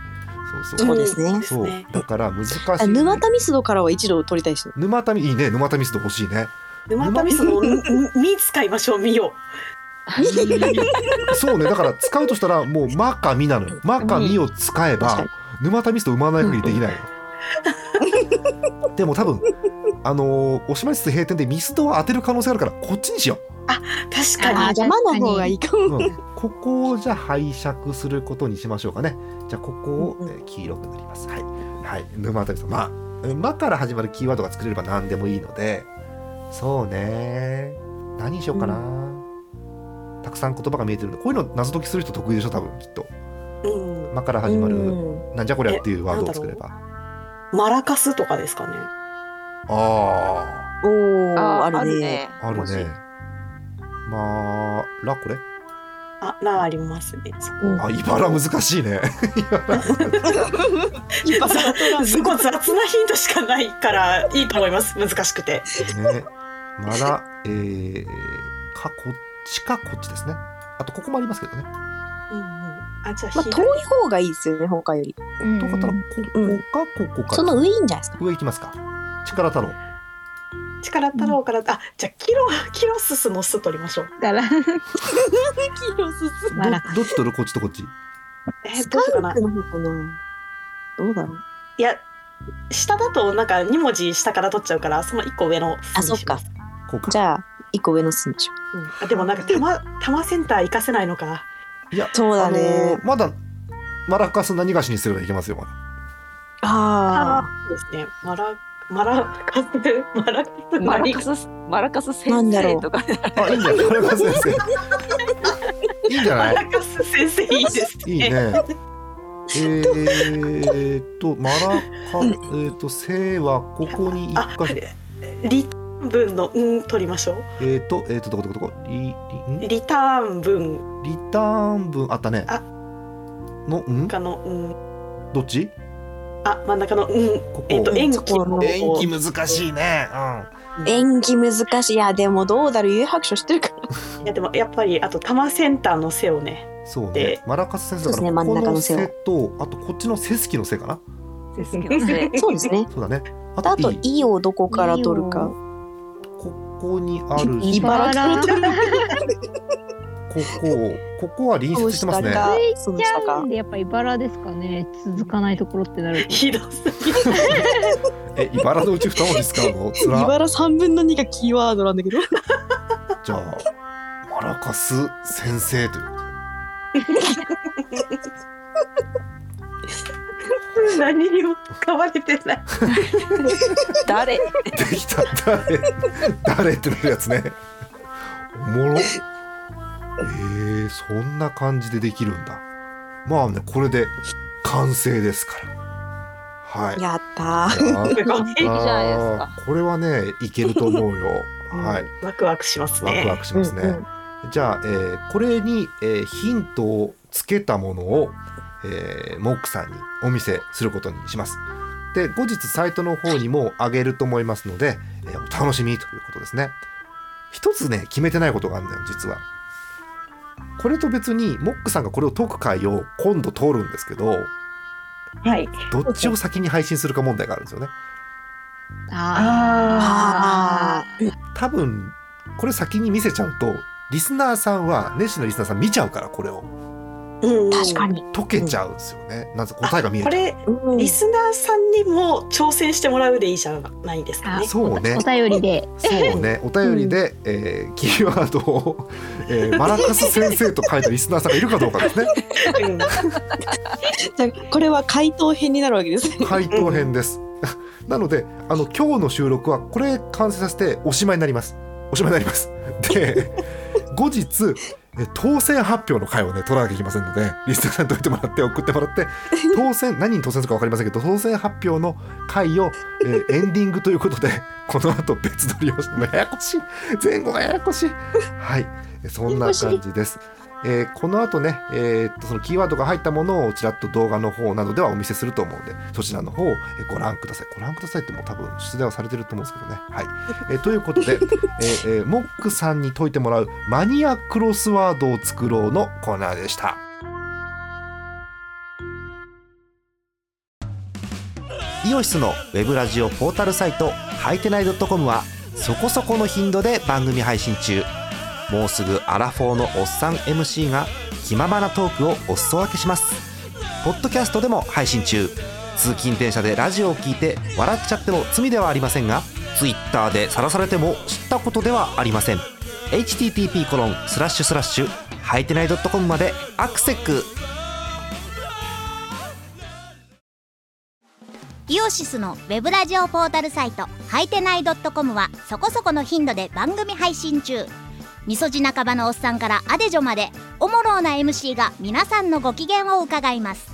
Speaker 1: そうそう
Speaker 6: そうですね
Speaker 3: ん
Speaker 1: そうだから難し
Speaker 6: あ
Speaker 1: い
Speaker 6: 沼田ミスドからは一度取りたい し。
Speaker 1: 沼田ミいいね沼田ミスド欲しいね
Speaker 3: 沼田ミスの「み」使いましょう「み」を
Speaker 1: そうねだから使うとしたらもう「マカミ」なのよ「マカミ」を使えば
Speaker 6: 確
Speaker 1: 沼田ミスト生まない限りできないの でも多分あのーおしまいつつ閉店でミスドは当てる可能性あるからこっちにしよ
Speaker 3: 確かに
Speaker 6: あ
Speaker 7: あ
Speaker 6: あ、
Speaker 7: ー
Speaker 6: じゃあ、魔の方がいいか
Speaker 1: う、
Speaker 6: も。
Speaker 1: うん、ここをじゃあ拝借することにしましょうかねじゃあここを、
Speaker 6: うん
Speaker 1: えー黄色く塗りますはい、はい、沼田ミストまあ「ま」から始まるキーワードが作れれば何でもいいのでそうね何にしようかな、たくさん言葉が見えてるんでこういうの謎解きする人得意でしょ多分きっと
Speaker 3: うん、
Speaker 1: 間から始まる、
Speaker 6: うん
Speaker 1: なんじゃこりゃっていうワードを作れば
Speaker 3: マラカスとかですかね
Speaker 1: あ
Speaker 6: おお、
Speaker 5: あー
Speaker 6: あ
Speaker 5: あ
Speaker 6: る
Speaker 5: る
Speaker 6: ね。
Speaker 5: ね。
Speaker 1: ああるねまあらこれ
Speaker 3: あなありますねそこ
Speaker 1: あ茨難しいね
Speaker 6: 茨 城
Speaker 3: すごい雑なヒントしかないからいいと思います難しくて
Speaker 1: ねまだえー、かこっちかこっちですねあとここもありますけどね
Speaker 3: うんうんあじゃあ
Speaker 6: まあ、
Speaker 3: 左
Speaker 6: 遠い方がいいですよね、他より。
Speaker 7: うん
Speaker 1: とかったらこ
Speaker 6: うん
Speaker 1: こかここか
Speaker 6: その上いいんじゃないですか。
Speaker 1: 上行きますか力太郎
Speaker 3: 力太郎から、あじゃあキロキロススの「ス」取りましょう
Speaker 7: だから
Speaker 6: 黄色すす
Speaker 7: マラカ
Speaker 1: どどっちとるこっちとこっち
Speaker 3: え
Speaker 6: ス
Speaker 3: ー、どうしようかな
Speaker 6: カンクの方かな。どうだろう。
Speaker 3: いや下だとなんか2文字下から取っちゃうからその1個上の「
Speaker 6: あ、
Speaker 3: ス」
Speaker 6: そ
Speaker 3: に
Speaker 6: っ
Speaker 3: しま
Speaker 6: か
Speaker 3: す。
Speaker 1: こうか
Speaker 6: じゃあ、一個上のすんでしょ。
Speaker 3: うんあでもなんか多摩多摩センター行かせないのか
Speaker 1: いや
Speaker 6: そうだね
Speaker 1: あの。まだマラカス何菓子にすればいけますよまだ
Speaker 6: あ
Speaker 3: そうですねマラマラカスマラカス
Speaker 5: マ
Speaker 3: マ
Speaker 5: ラ
Speaker 3: リ
Speaker 5: カスマラカス先
Speaker 6: なんだろ
Speaker 5: 生
Speaker 6: う
Speaker 5: とか
Speaker 1: あいいんじゃ ないマラカス先生いいんじゃ
Speaker 3: マ
Speaker 1: ない
Speaker 3: ラカス先生いいです
Speaker 1: いいね。えーっと、マラカ、えーっと、せはここに一
Speaker 3: あ
Speaker 1: 箇所。
Speaker 3: リターン分の「ん」取りましょ
Speaker 1: えーっと、えーっと、どこどこどこ、リ、リ、ん
Speaker 3: うリターン分
Speaker 1: リターン分あったね
Speaker 3: あ。
Speaker 1: の、ん
Speaker 3: かの「ん
Speaker 1: どっち」
Speaker 3: あ真ん中の「ん
Speaker 1: こ」
Speaker 3: えっと
Speaker 1: こ。
Speaker 3: 延期の
Speaker 1: 延期難しいね。
Speaker 6: あ、演技難しい。いや、でもどうだろう。有白書知ってるか。
Speaker 3: いやでもやっぱりあと多摩センターの背をね
Speaker 1: うん。そうね
Speaker 3: で。
Speaker 1: マラカス先生だから、
Speaker 6: そ
Speaker 1: ここ
Speaker 6: うですね真ん中
Speaker 1: の
Speaker 6: の背を
Speaker 1: 背と、あとこっちのセスキの背かな。
Speaker 5: ですけどね。
Speaker 6: そうですね。
Speaker 1: そうだね。あ
Speaker 6: あ
Speaker 1: と、
Speaker 6: と
Speaker 1: い、
Speaker 6: いをどこから取るか。
Speaker 1: ここにあるし、こ
Speaker 6: 茨城
Speaker 7: 茨
Speaker 1: こ、ここは隣接してますね。
Speaker 6: か
Speaker 7: ね、
Speaker 6: その
Speaker 7: じ
Speaker 6: 下
Speaker 7: ゃ
Speaker 6: か
Speaker 7: ん。でやっぱ茨ですかね続かないところってなる
Speaker 3: ひどすぎる
Speaker 1: え、茨のうち二文字使うの。つら
Speaker 6: 茨三分の二がキーワードなんだけど。
Speaker 1: じゃあ、マラカス先生ということで
Speaker 3: 何にも使われてない
Speaker 5: 誰
Speaker 1: できた誰誰ってなるやつねおもろえー、そんな感じでできるんだまあねこれで完成ですからはい
Speaker 6: やったー。
Speaker 1: やった
Speaker 3: ごめん
Speaker 5: いいじゃないですか。
Speaker 1: これはねいけると思うよはい
Speaker 3: ワクワクします
Speaker 1: ワ
Speaker 3: ね
Speaker 1: クワクしますね、
Speaker 6: うん
Speaker 1: じゃあ、えーこれに、えーヒントをつけたものを、えーモックさんにお見せすることにしますで後日サイトの方にもあげると思いますので、えーお楽しみということですね一つね決めてないことがあるんだよ実はこれと別にモックさんがこれを解く回を今度通るんですけど
Speaker 3: はい
Speaker 1: どっちを先に配信するか問題があるんですよね
Speaker 6: あ
Speaker 7: あ
Speaker 1: 多分これ先に見せちゃうとリスナーさんは熱心なリスナーさん見ちゃうからこれを
Speaker 3: うん
Speaker 6: 確かに。
Speaker 1: 解けちゃうんですよね、なぜ答えが見え
Speaker 3: こ
Speaker 1: ちゃ
Speaker 3: れ
Speaker 6: うん
Speaker 3: リスナーさんにも挑戦してもらうでいいじゃないですか
Speaker 7: あ
Speaker 3: ね。
Speaker 1: そうね
Speaker 7: お便りで
Speaker 1: うそうねお便りで、えーキーワードを、え ーマラカス先生と書いたリスナーさんがいるかどうかですね
Speaker 3: うん
Speaker 6: じゃあこれは回答編になるわけですね。
Speaker 1: 回答編です なのであの今日の収録はこれ完成させておしまいになりますおしまいになります で後日えー当選発表の回をね取らなきゃいけませんのでリスナーさんに解いてもらって送ってもらって当選何に当選するか分かりませんけど当選発表の回を、えーエンディングということでこの後別撮りをしてもうややこしい前後がややこしいはいえーそんな感じですえーこの後ね、えーっとそのキーワードが入ったものをちらっと動画の方などではお見せすると思うんでそちらの方をえーご覧くださいご覧くださいってもう多分出題はされてると思うんですけどねはい、えーということで、えーえーモックさんに解いてもらうマニアクロスワードを作ろうのコーナーでしたイオシスのウェブラジオポータルサイトはいてない .com はそこそこの頻度で番組配信中もうすぐアラフォーのおっさん MC が気ままなトークをお裾分けしますポッドキャストでも配信中通勤電車でラジオを聞いて笑っちゃっても罪ではありませんが Twitter で晒されても知ったことではありません http コロンスラッシュスラッシュはいてない .com までアクセック
Speaker 8: イオシスのウェブラジオポータルサイト「はいてない .com」はそこそこの頻度で番組配信中みそじ半ばのおっさんからアデジョまでおもろうな MC が皆さんのご機嫌を伺います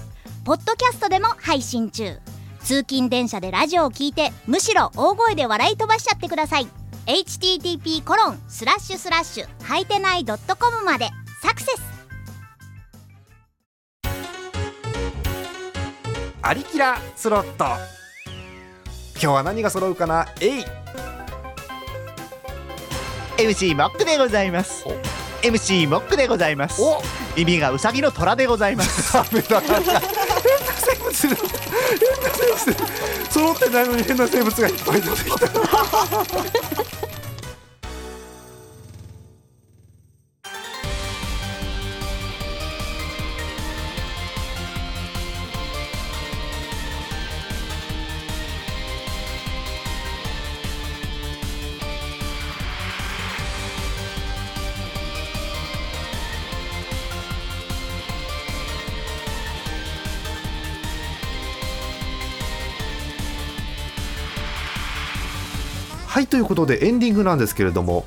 Speaker 8: ポッドキャストでも配信中通勤電車でラジオを聞いてむしろ大声で笑い飛ばしちゃってください http コロンスラッシュスラッシュはいてない .com までサクセス
Speaker 1: アリキラスロット今日は何が揃うかなえい
Speaker 9: MC モックでございます。MC モックでございます。
Speaker 1: お
Speaker 9: 耳がウサギの虎でございます。
Speaker 1: ダメ だ変な生物変な生物揃ってないのに変な生物がいっぱい出てきたはいということでエンディングなんですけれども、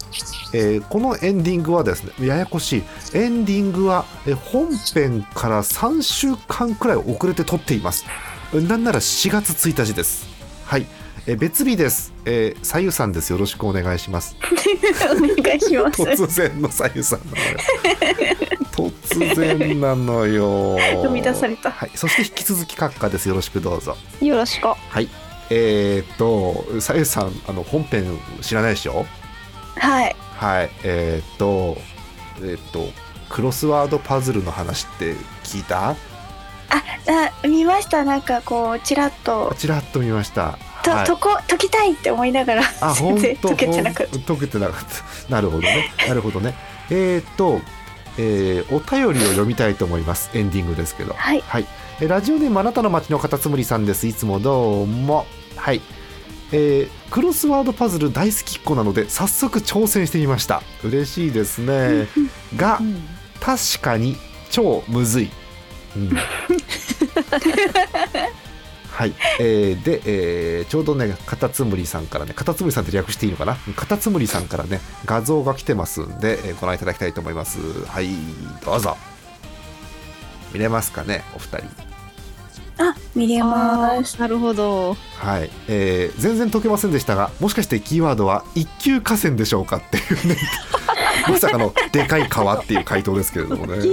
Speaker 1: えーこのエンディングはですねややこしいエンディングはえー本編から3週間くらい遅れて撮っていますなんなら4月1日ですはいえー別日です、えー、さゆさんですよろしくお願いします
Speaker 6: お願いします。
Speaker 1: 突然のさゆさんなのよ突然なの よ
Speaker 6: 生み出された
Speaker 1: はい、そして引き続き閣下ですよろしくどうぞ
Speaker 6: よろしく。
Speaker 1: えー、っとさゆさんあの本編知らないでしょ
Speaker 6: はい。
Speaker 1: はいえー、っとえーっとクロスワードパズルの話って聞いた
Speaker 6: あ、見ました。なんかこう、ちらっと。
Speaker 1: ちらっと見ました
Speaker 6: と、
Speaker 1: はい
Speaker 6: とこ、解きたいって思いながら。
Speaker 1: あ、
Speaker 6: 全
Speaker 1: 本
Speaker 6: 然
Speaker 1: 当
Speaker 6: 解けてなかっ
Speaker 1: ほん解けてなかった。 なるほどね。なるほどね。えーっと、えーお便りを読みたいと思います。エンディングですけど。
Speaker 6: はい
Speaker 1: えーラジオネームあなたの街のカタツムリさんです。いつもどうも。はい。えークロスワードパズル大好きっ子なので早速挑戦してみました嬉しいですねが確かに超むずい、うん、はい、えーで、えーちょうどねカタツムリさんからねカタツムリさんって略していいのかなカタツムリさんからね画像が来てますんで、えーご覧いただきたいと思いますはいどうぞ見れますかねお二人
Speaker 6: あ、見れ
Speaker 7: あ
Speaker 6: ます。
Speaker 7: ーなるほど。
Speaker 1: はい、えー全然解けませんでしたがもしかしてキーワードは一級河川でしょうかっていうねまさかのでかい川っていう回答ですけれどもね素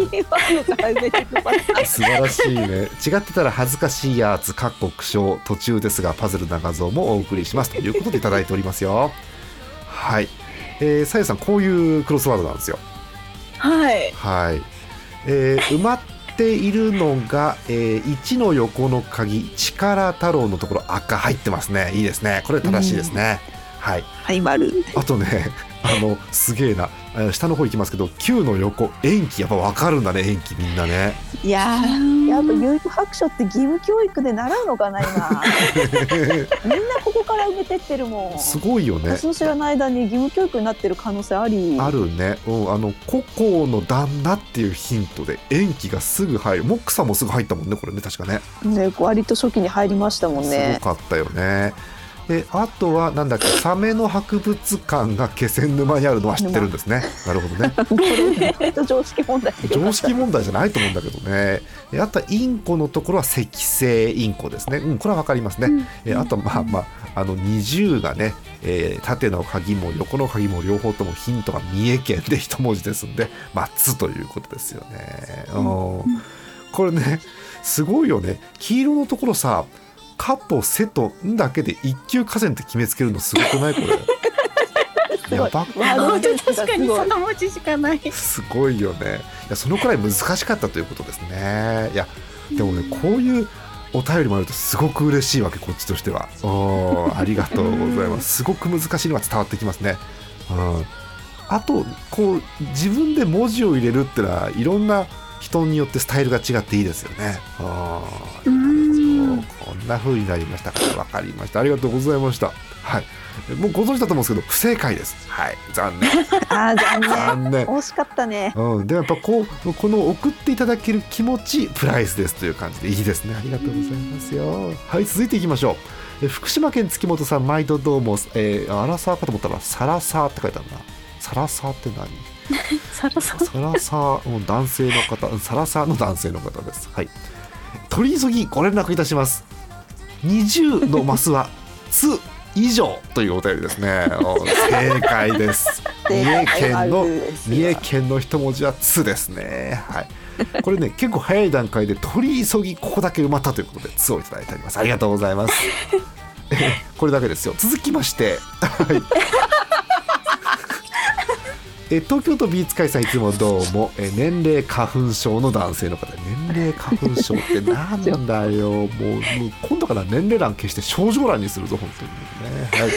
Speaker 1: 晴らしいね違ってたら恥ずかしいやつ各国賞途中ですがパズルな画像もお送りしますということでいただいておりますよはいえーさゆさんこういうクロスワードなんですよ
Speaker 6: はい。
Speaker 1: はい、えー埋まっているのが、え1の横の鍵力太郎のところ赤入ってますねいいですねこれ正しいですね、はい
Speaker 5: はい丸
Speaker 1: あとね あのすげえなえー下の方行きますけど9の横延期やっぱ分かるんだね延期みんなね
Speaker 5: いや
Speaker 6: い
Speaker 5: ー
Speaker 6: や
Speaker 5: あと有機白書って義務教育で習うのかな 今みんなここから埋めてってるもん
Speaker 1: すごいよね
Speaker 5: 私の知らない間に義務教育になってる可能性あり
Speaker 1: あるね、うん、あのココの旦那っていうヒントで延期がすぐ入るモックさんもすぐ入ったもんねこれね確かね
Speaker 5: ね割と初期に入りましたもん
Speaker 1: すご
Speaker 5: ね
Speaker 1: かったよね。であとはなんだっけサメの博物館が気仙沼にあるのは知ってるんですねなるほどね
Speaker 5: 割と常識問題っていうか
Speaker 1: 常識問題じゃないと思うんだけどねであとはインコのところは石製インコですね、うん、これは分かりますね、えあとまあまああの20がね、えー縦の鍵も横の鍵も両方ともヒントが三重県で一文字ですんで「松」ということですよね、うんこれねすごいよね黄色のところさ「カポセと「ん」だけで一級河川って決めつけるのすごく ないこれ
Speaker 5: すご
Speaker 1: や
Speaker 5: い
Speaker 1: ば
Speaker 5: ワードのセンス
Speaker 7: 確
Speaker 5: が
Speaker 7: か
Speaker 5: す
Speaker 7: に
Speaker 5: ご
Speaker 7: そ
Speaker 5: い
Speaker 7: の文字しかない。
Speaker 1: すごいよねいやそのくらい難しかったということですねいやでもねこういうお便りもあるとすごく嬉しいわけこっちとしてはおーありがとうございますすごく難しいのが伝わってきますねうんあとこう自分で文字を入れるってのはいろんな人によってスタイルが違っていいですよねあーこんな風になりましたからわかりましたありがとうございましたはいもうご存知だと思うんですけど不正解ですはい残念
Speaker 5: あー残念
Speaker 1: 残念
Speaker 5: 惜しかったね
Speaker 1: うん、でもやっぱこうこの送っていただける気持ちプライスですという感じでいいですねありがとうございますよはい続いていきましょうえ福島県月本さん毎度どうも、えー、アラサーかと思ったらサラサーって書いてあるなサラサーって何
Speaker 5: サラサ
Speaker 1: サラサーの男性の方うんサラサーの男性の方ですはい取り急ぎご連絡いたします20のマスは「つ」以上というお便りですねお正解です三重県の三重県の一文字は「つ」ですね。はい。これね、結構早い段階で取り急ぎここだけ埋まったということで「つ」をいただいております。ありがとうございます。 えこれだけですよ。続きまして、はい。え東京都美術会さんいつもどうもえ年齢花粉症の男性の方年齢花粉症ってなんだよもうもう今度から年齢欄消して症状欄にするぞ本当にね、はい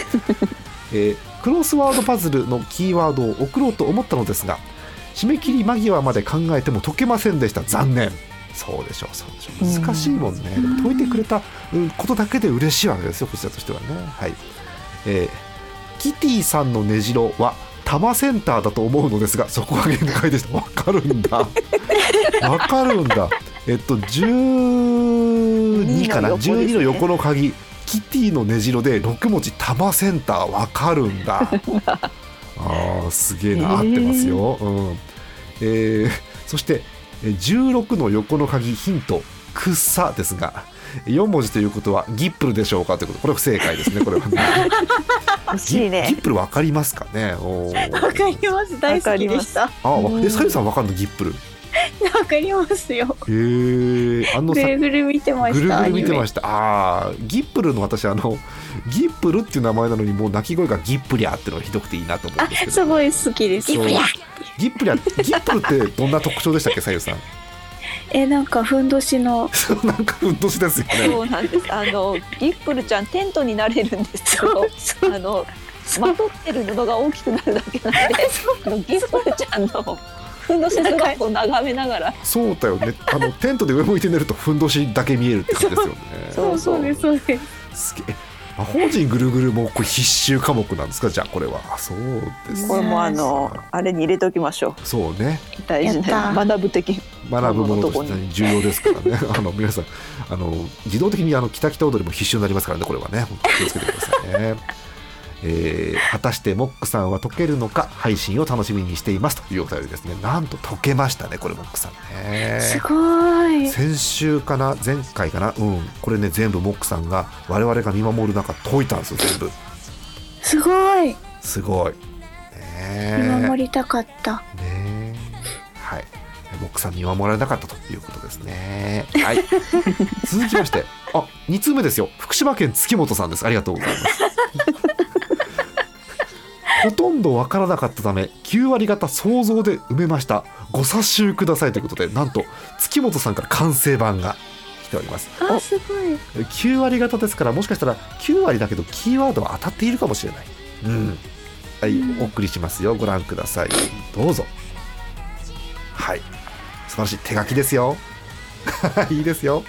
Speaker 1: えークロスワードパズルのキーワードを送ろうと思ったのですが締め切り間際まで考えても解けませんでした残念そうでしょうそうでしょう難しいもんねでも解いてくれたうんことだけで嬉しいわけですよこちらとしてはねはいえーキティさんのねじろは多摩センターだと思うのですがそこが限界でしたわかるん だわかるんだえっと12かな
Speaker 5: 12の横ですね
Speaker 1: 12の横の鍵キティのねじろで6文字多摩センターわかるん だあーすげえな合ってますよ、うんえーそしてえー16の横の鍵ヒント「草」ですが4文字ということはギップルでしょうかということこれ不正解ですねこれはね
Speaker 5: 惜しい
Speaker 1: ギ
Speaker 5: ね
Speaker 1: ップルわかりますかね。おー
Speaker 7: わかります。大好きでした。わ
Speaker 1: あ、わえ、さゆさんわかるのギップル。
Speaker 7: かりますよ。
Speaker 1: へえ、あの
Speaker 7: ぐ
Speaker 1: さ。
Speaker 7: るぐる見てま
Speaker 1: ぐ
Speaker 7: し
Speaker 1: るぐ
Speaker 7: た。
Speaker 1: る見てま
Speaker 7: し
Speaker 1: した。ああー、ギップルの私、あの。ギップルっていう名前なのに、もう鳴き声がギップリャーってのがひどくていいなと思うんですけど。
Speaker 7: すごい好きです。
Speaker 1: そうギップリャー、ギップルってどんな特徴でしたっけ、さゆ さん。
Speaker 7: え、なんかふんどしの。
Speaker 1: そう、なんか運動しですよね。
Speaker 5: そうなんですあのギップルちゃんテントになれるんですけどあのまとってる布が大きくなるだけなんであのギップルちゃんのふんどし姿を眺めながら
Speaker 1: そうだよね。あのテントで上向いて寝ると、ふんどしだけ見えるって感じですよね。
Speaker 7: そうそうです。そうです。
Speaker 1: すげえ。魔法陣ぐるぐるも、これ必修科目なんですか、じゃあ、これは。あそうです。
Speaker 5: これもあのあれに入れておきましょ
Speaker 1: そうね。
Speaker 5: う大事な学ぶ的
Speaker 1: 学ぶものとして重要ですからねあの皆さんあの自動的にあの「きたきた踊り」も必修になりますからねこれはね本当に気をつけてくださいね。 えー果たしてモックさんは解けるのか配信を楽しみにしていますというお便りですねなんと解けましたねこれモックさんね
Speaker 7: すごい。
Speaker 1: 先週かな前回かなうんこれね全部モックさんが我々が見守る中解いたんですよ全部
Speaker 7: すごい。
Speaker 1: すごいねえ
Speaker 7: 見守りたかった。
Speaker 1: ねはいボックさん見守られなかったということですねはい 続きましてあ2通目ですよ福島県月本さんですありがとうございます ほとんどわからなかったため9割方想像で埋めましたご察しくださいということでなんと月本さんから完成版が来ております
Speaker 7: あ、すごい。
Speaker 1: 9割方ですからもしかしたら9割だけどキーワードは当たっているかもしれない、うん、はいお送りしますよご覧くださいどうぞはい素晴らしい手書きですよ いいですよ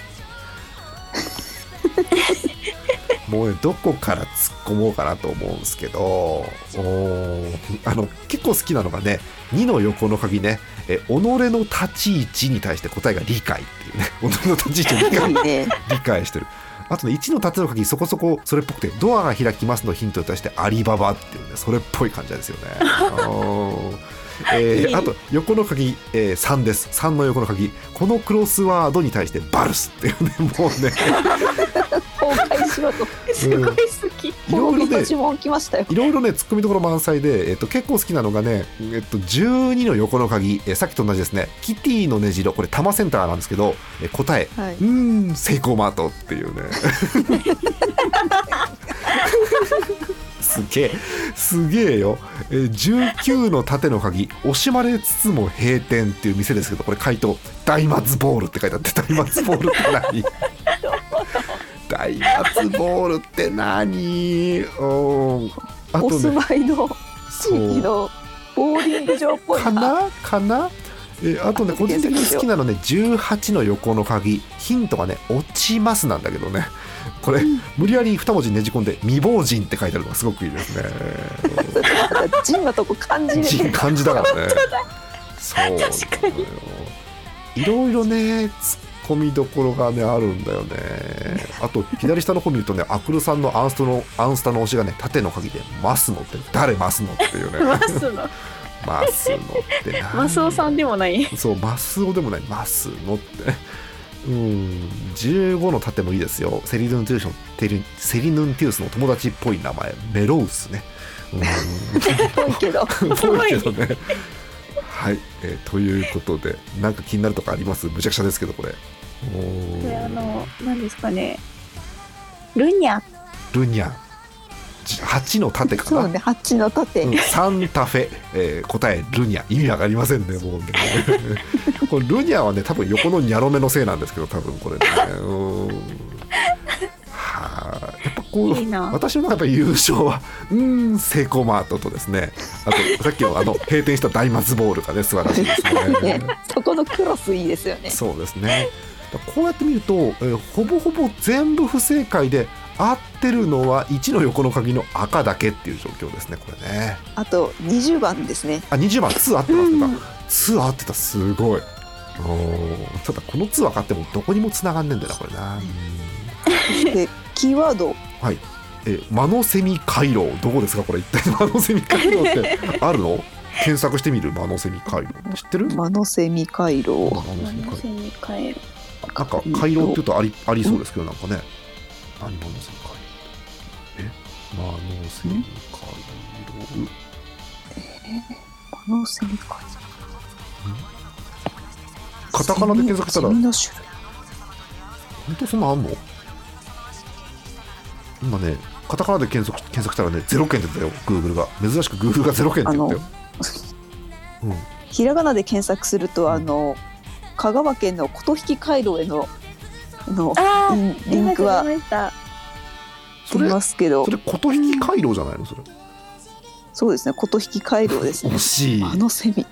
Speaker 1: もうねどこから突っ込もうかなと思うんですけどおーあの結構好きなのがね2の横の鍵ねえ己の 立ち位置に対して答えが理解っていうね己の立ち位置を理解
Speaker 5: いいね
Speaker 1: 理解してるあとね1の縦の鍵そこそこそれっぽくてドアが開きますのヒントに対してアリババっていうねそれっぽい感じなんですよね。あのーえーあと横の鍵、えー3です3の横の鍵このクロスワードに対してバルスっていうねもうね
Speaker 5: 崩壊しろと。
Speaker 3: すごい好き。
Speaker 1: いろいろね
Speaker 5: 滅びの呪文来ましたよ。
Speaker 1: いろいろね、突っ込みどころ満載で、えっと、結構好きなのがね、えっと、12の横の鍵、えさっきと同じですね、キティのねじろ、これ、多摩センターなんですけど、え答え、
Speaker 5: はいう
Speaker 1: ーん、セイコーマートっていう ね。すげえ、すげえよ。えー19の縦の鍵、惜しまれつつも閉店っていう店ですけど、これ、回答、大松ボールって書いてあって、大松ボール って何大松ボールって何おーあ
Speaker 5: お
Speaker 1: と
Speaker 5: 住
Speaker 1: ね
Speaker 5: まいの地域
Speaker 1: そう
Speaker 5: のボーリング場っぽい
Speaker 1: か
Speaker 5: な。
Speaker 1: なかなえあとね個人的に好きなのね18の横の鍵ヒントがね「落ちます」なんだけどねこれ、無理やり2文字ねじ込んで「未亡人」って書いてあるのがすごくいいですね
Speaker 5: 人のとこ感じ
Speaker 1: 人
Speaker 5: で。
Speaker 1: 漢字だからねそう確かにいろいろねツッコミどころがねあるんだよねあと左下の方見るとねアクルさんのアンストのアンスタの推しがね縦の鍵で「ますの」って誰ますのっていうね
Speaker 7: マスの
Speaker 1: 「ますの」って何
Speaker 7: マスオさんでもない。
Speaker 1: そう、マスオでもない、マスのって。うん、15の盾もいいですよ。セリヌンティウスの、テリセリヌンティウスの友達っぽい名前、メロウスね。うん、
Speaker 5: ぽいけど。
Speaker 1: ぽいけどね。はい、えーということで、なんか気になるとかありますむちゃくちゃですけど、これ。おー
Speaker 7: これあの、なんですかね。ルニャ。
Speaker 1: ルニャン。じ8の盾かな。
Speaker 5: そうね、八の盾。
Speaker 1: うんサンタフェ、えー答えルニャ意味わかりませんね もうねこれルニャはね多分横のニャロメのせいなんですけど多分これねうーんはあやっぱこう
Speaker 7: いいな
Speaker 1: 私の中でやっぱ優勝はうーんセイコーマートとですねあとさっきのあの閉店した大松ボールがね素晴らしいですね
Speaker 5: ね、 そこのクロスいいですよね。
Speaker 1: そうですね。だからこうやって見ると、えーほぼほぼ全部不正解で合ってるのは1の横の鍵の赤だけっていう状況ですねこれね。
Speaker 5: あと二十番です ね。
Speaker 1: あ20番2合ってますね。2合ってたすごい。おーただこの2分かってもどこにも繋がんねえんだよなこれな。
Speaker 5: で、キーワード。
Speaker 1: えーマノセミ回廊どこですかこれ一体 マノセミ回廊ってあるの？検索してみるマノセミ回廊知ってる？
Speaker 5: マノセミ回廊。
Speaker 1: マノセミ回廊
Speaker 7: マスに帰る。
Speaker 1: なんか回廊っていうとありありそうですけどなんかね。何マノセミ回廊って？えマノセミ回廊。
Speaker 5: マノセミ回廊。
Speaker 1: カタカナで検索したら
Speaker 5: セミの種類
Speaker 1: 本当そんなんあんの今ねカタカナで検索検索したらねゼロ件って言ったよ Google が珍しく Google がゼロ件って言ったよ
Speaker 5: ひらがなで検索すると、あの。香川県の琴引回廊への。の。
Speaker 7: あ
Speaker 5: リ
Speaker 7: あ、
Speaker 5: ンリンクは
Speaker 7: 出ました。
Speaker 1: そ
Speaker 5: 出
Speaker 1: れ
Speaker 5: ますけど
Speaker 1: そ。れ琴引き回廊じゃないのそれ
Speaker 5: そうですね、琴引回廊ですね
Speaker 1: 惜。しい
Speaker 5: マノセミ。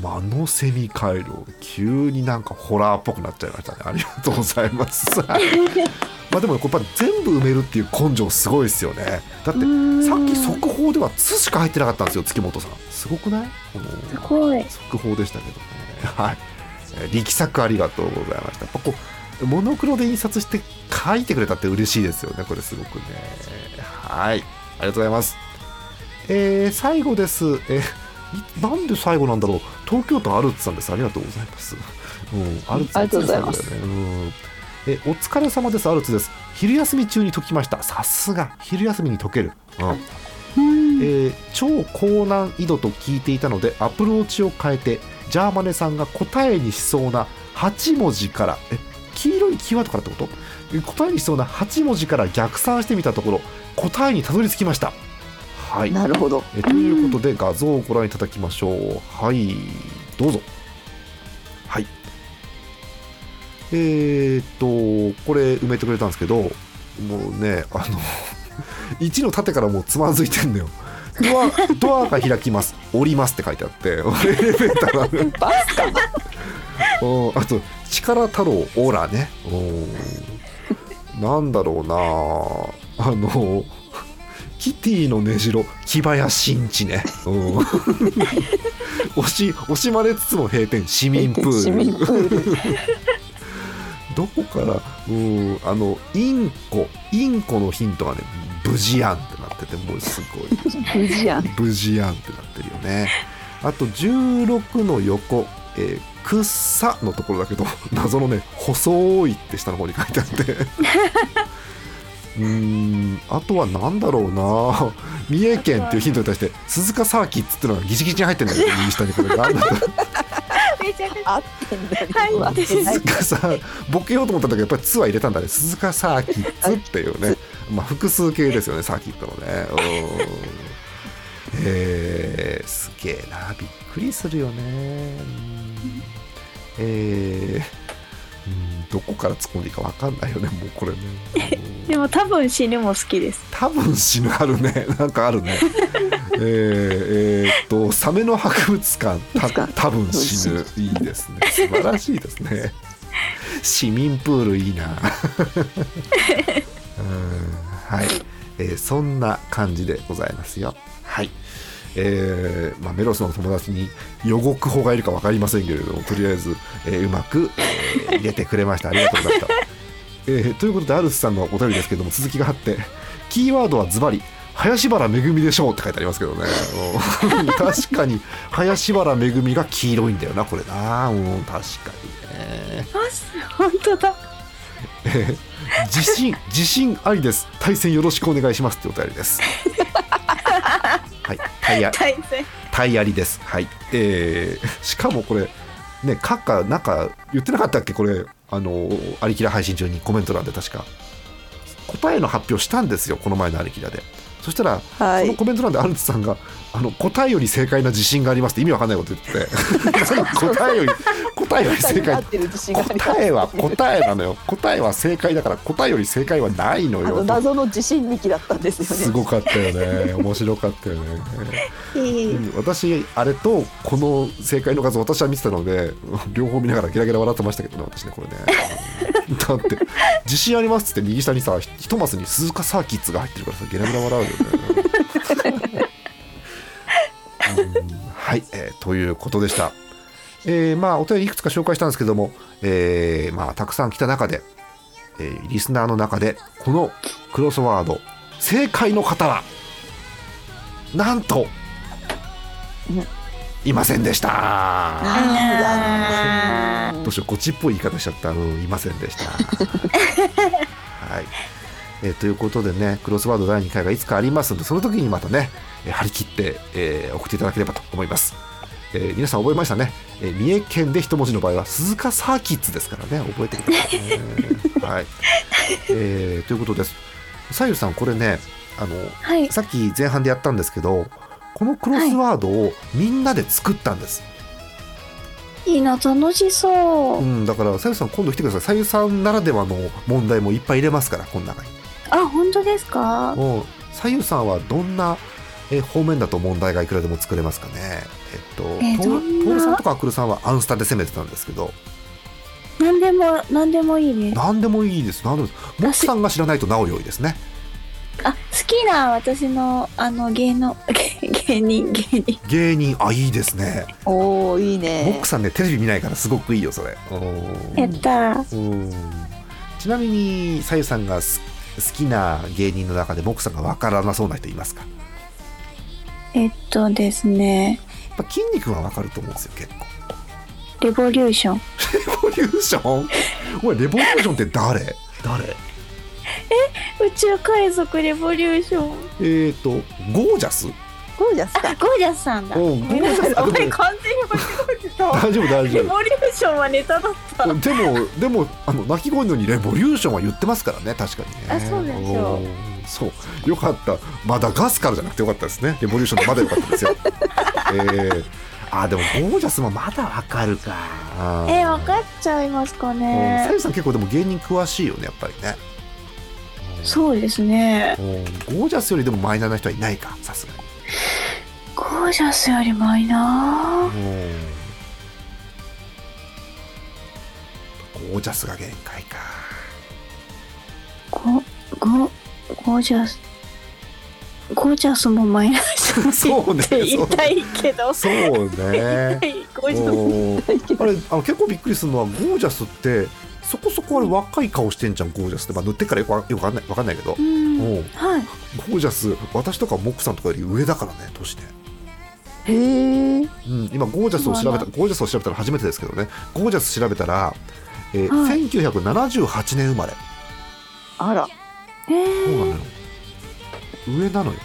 Speaker 1: 間のセミ回廊急になんかホラーっぽくなっちゃいましたねありがとうございます まあでもねこれやっぱ全部埋めるっていう根性すごいですよねだってさっき速報では「つ」しか入ってなかったんですよ月本さんすごくないこの
Speaker 7: すごい。
Speaker 1: 速報でしたけどね。はい。えー力作ありがとうございました。やっぱこうモノクロで印刷して書いてくれたって嬉しいですよね。これすごくね。はい。ありがとうございます。えー最後です。えーいなんで最後なんだろう。東京都アルツさんです。ありがとうございます。うん、アルツさん
Speaker 5: ありがとうございます
Speaker 1: 最後だよねうんえお疲れ様ですアルツです昼休み中に解きましたさすが昼休みに解ける、うんえー超高難易度と聞いていたのでアプローチを変えてジャーマネさんが答えにしそうな8文字からえ黄色いキーワードからってことえ答えにしそうな8文字から逆算してみたところ答えにたどり着きましたはい
Speaker 5: なるほど。
Speaker 1: えということで画像をご覧いただきましょうはいどうぞはいえー、っとこれ埋めてくれたんですけどもうねあの 1の縦からもうつまずいてんだよドアドアが開きます降りますって書いてあってエ レベーターがね
Speaker 5: バスか。
Speaker 1: うんあと力太郎オーラねうんなんだろうなあのキティの根城木林新地ねうん 惜し惜しまれつつも閉店市民プ
Speaker 5: 市民
Speaker 1: ール
Speaker 5: プール。
Speaker 1: どこからうーんあのインコインコのヒントがね無事やんってなっててもうすごい
Speaker 5: 無事やん。
Speaker 1: 無事やんってなってるよねあと16の横えーくっさのところだけど 謎のね「細い」って下の方に書いてあって うーんあとは何だろうな三重県っていうヒントに対して鈴鹿サーキッツっていうのがギチギチに入ってるんだけど右下にこれが
Speaker 7: めちゃくちゃ
Speaker 5: 合ってんだよ。
Speaker 7: 入ってる
Speaker 5: 合
Speaker 1: 鈴
Speaker 5: って
Speaker 1: 鹿
Speaker 5: ない
Speaker 1: さボケようと思ったんだけどやっぱり「ツ」は入れたんだね鈴鹿サーキッツっていうね、まあ、複数形ですよねサーキットのねうんえー、すげえなびっくりするよねうんえー、うんどこから突っ込んでいいかわかんないよねもうこれねうん
Speaker 7: でも多分死ぬも好きです。
Speaker 1: 多分死ぬあるねなんかあるねえー、えーっとサメの博物館た多分死ぬいいですね素晴らしいですね市民プールいいなうんはい、えーそんな感じでございますよはいえーまあ、メロスの友達に予告法がいるか分かりませんけれどもとりあえず、えーうまく、えー入れてくれましたありがとうございました、えーということでアルスさんのお便りですけども続きがあってキーワードはズバリ林原めぐみでしょうって書いてありますけどねうん 確かに林原めぐみが黄色いんだよなこれなうん確かにね
Speaker 7: 本当だ。
Speaker 1: えー自信自信ありです対戦よろしくお願いしますってお便りですはい対あ
Speaker 7: 大変。
Speaker 1: 対ありですはいえーしかもこれね閣下なんか言ってなかったっけこれあのありきら配信中にコメント欄で確か答えの発表したんですよこの前のありきらでそしたら
Speaker 5: は
Speaker 1: その
Speaker 5: い。
Speaker 1: コメント欄でアルツさんがあの答えより正解な自信がありますって意味わかんないこと言 っててなんか 答えより答えより正
Speaker 5: 合
Speaker 1: 解
Speaker 5: ってる自信があります
Speaker 1: 答えは答えなのよ答えは正解だから答えより正解はないの
Speaker 5: あの
Speaker 1: よ
Speaker 5: 謎の自信力だったんですよね。
Speaker 1: すごかったよね面白かったよね、
Speaker 7: い
Speaker 1: うん私あれとこの正解の数私は見てたので 両方見ながらゲラゲラ笑ってましたけどね私ねこれね だって自信ありますっつって右下にさひとマスに鈴鹿サーキッズが入ってるからさゲラゲラ笑うよねうんはい、えーということでしたえーまあお便りいくつか紹介したんですけども、えーまあたくさん来た中で、えーリスナーの中でこのクロスワード正解の方はなんといませんでした。
Speaker 5: あ
Speaker 1: どうしよう、こっちっぽい言い方しちゃった。うん、いません でした。はい。えーということでね、クロスワード第2回がいつかありますので、その時にまたね、えー張り切って、えー送っていただければと思います。えー皆さん覚えましたね、えー三重県で一文字の場合は鈴鹿サーキッズですからね、覚えてくださ いね。はい。えーということです。さゆりさん、これね、あの、
Speaker 7: はい。
Speaker 1: さっき前半でやったんですけど、このクロスワードをみんなで作ったんです。
Speaker 7: いいな楽しそうう。
Speaker 1: ん、だからさゆさん今度来てくださいさゆさんならではの問題もいっぱい入れますからこの中に
Speaker 7: あ本当ですか。
Speaker 1: もうさゆさんはどんなえ方面だと問題がいくらでも作れますかねえ
Speaker 7: え
Speaker 1: っと
Speaker 7: ど
Speaker 1: と
Speaker 7: ん
Speaker 1: ト
Speaker 7: な
Speaker 1: ールさんとかアクルさんはアンスタで攻めてたんですけど
Speaker 7: 何でも何でもいいです。
Speaker 1: 何でもいいです何でもいいですもっさんが知らないとなお良いですね
Speaker 7: あ好きな私のあの芸能芸人芸人。
Speaker 1: 芸人あいいですね
Speaker 5: ーおおいい
Speaker 1: モ
Speaker 5: ね
Speaker 1: ック。さんねテレビ見ないからすごくいいよそれお
Speaker 7: や
Speaker 1: ー
Speaker 7: った。
Speaker 1: うんちなみにさゆさんがす好きな芸人の中でモックさんがわからなそうな人いますかや
Speaker 7: えっとですね
Speaker 1: っぱ筋肉はわかると思うんですよ結構
Speaker 7: レボリューション。
Speaker 1: レボリューショ ンおいレボリューションって誰誰
Speaker 7: 宇宙海賊レボリューション。
Speaker 1: えっ、ー、とゴージャス
Speaker 5: ゴージャス
Speaker 7: あ
Speaker 5: か。
Speaker 7: ゴージャスさんだ。
Speaker 1: おう
Speaker 7: ごめんなさい。
Speaker 1: ゴ
Speaker 7: お
Speaker 1: ージャス
Speaker 7: 前完全に間違えてた。
Speaker 1: 大丈夫大丈
Speaker 7: レ
Speaker 1: 夫
Speaker 7: ボリューションはネタだっ た。
Speaker 1: でもでもあの鳴き声のようにレボリューションは言ってますからね確かにね
Speaker 7: あそうなんですよ
Speaker 1: おーそうよかったまだガスカルじゃなくてよかったですねレボリューションでまだよかったですよ えー、あでもゴージャスもまだわかるか
Speaker 7: えわかっちゃいますか
Speaker 1: うんさ
Speaker 7: ね。
Speaker 1: ゆさん結構でも芸人詳しいよねやっぱりね
Speaker 7: そうですね。
Speaker 1: うんゴージャスよりでもマイナーな人はいないかさすがに
Speaker 7: ゴージャスよりマイナ
Speaker 1: ゴージャスが限界か
Speaker 7: ー。ゴゴゴージャス。ゴージャスもマイナーじゃない
Speaker 1: そうね
Speaker 7: って言いたいけど。
Speaker 1: そうね
Speaker 7: はいゴージャス。
Speaker 1: おーあれあの結構びっくりするのはゴージャスってそこそこあれ若い顔してんじゃんゴージャスって、まあ、塗ってっからよくわよくわかんないわかんないけど、
Speaker 7: うん
Speaker 1: おう
Speaker 7: はい
Speaker 1: ゴージャス私とかモックさんとかより上だからね年ね
Speaker 7: へえ
Speaker 1: うん、今ゴージャスを調べた
Speaker 7: そ
Speaker 1: ゴージャスを調べたら初めてですけどねゴージャス調べたら、えー
Speaker 7: はい
Speaker 1: 1978年生まれ
Speaker 5: あら
Speaker 1: そうなのよ上なのよ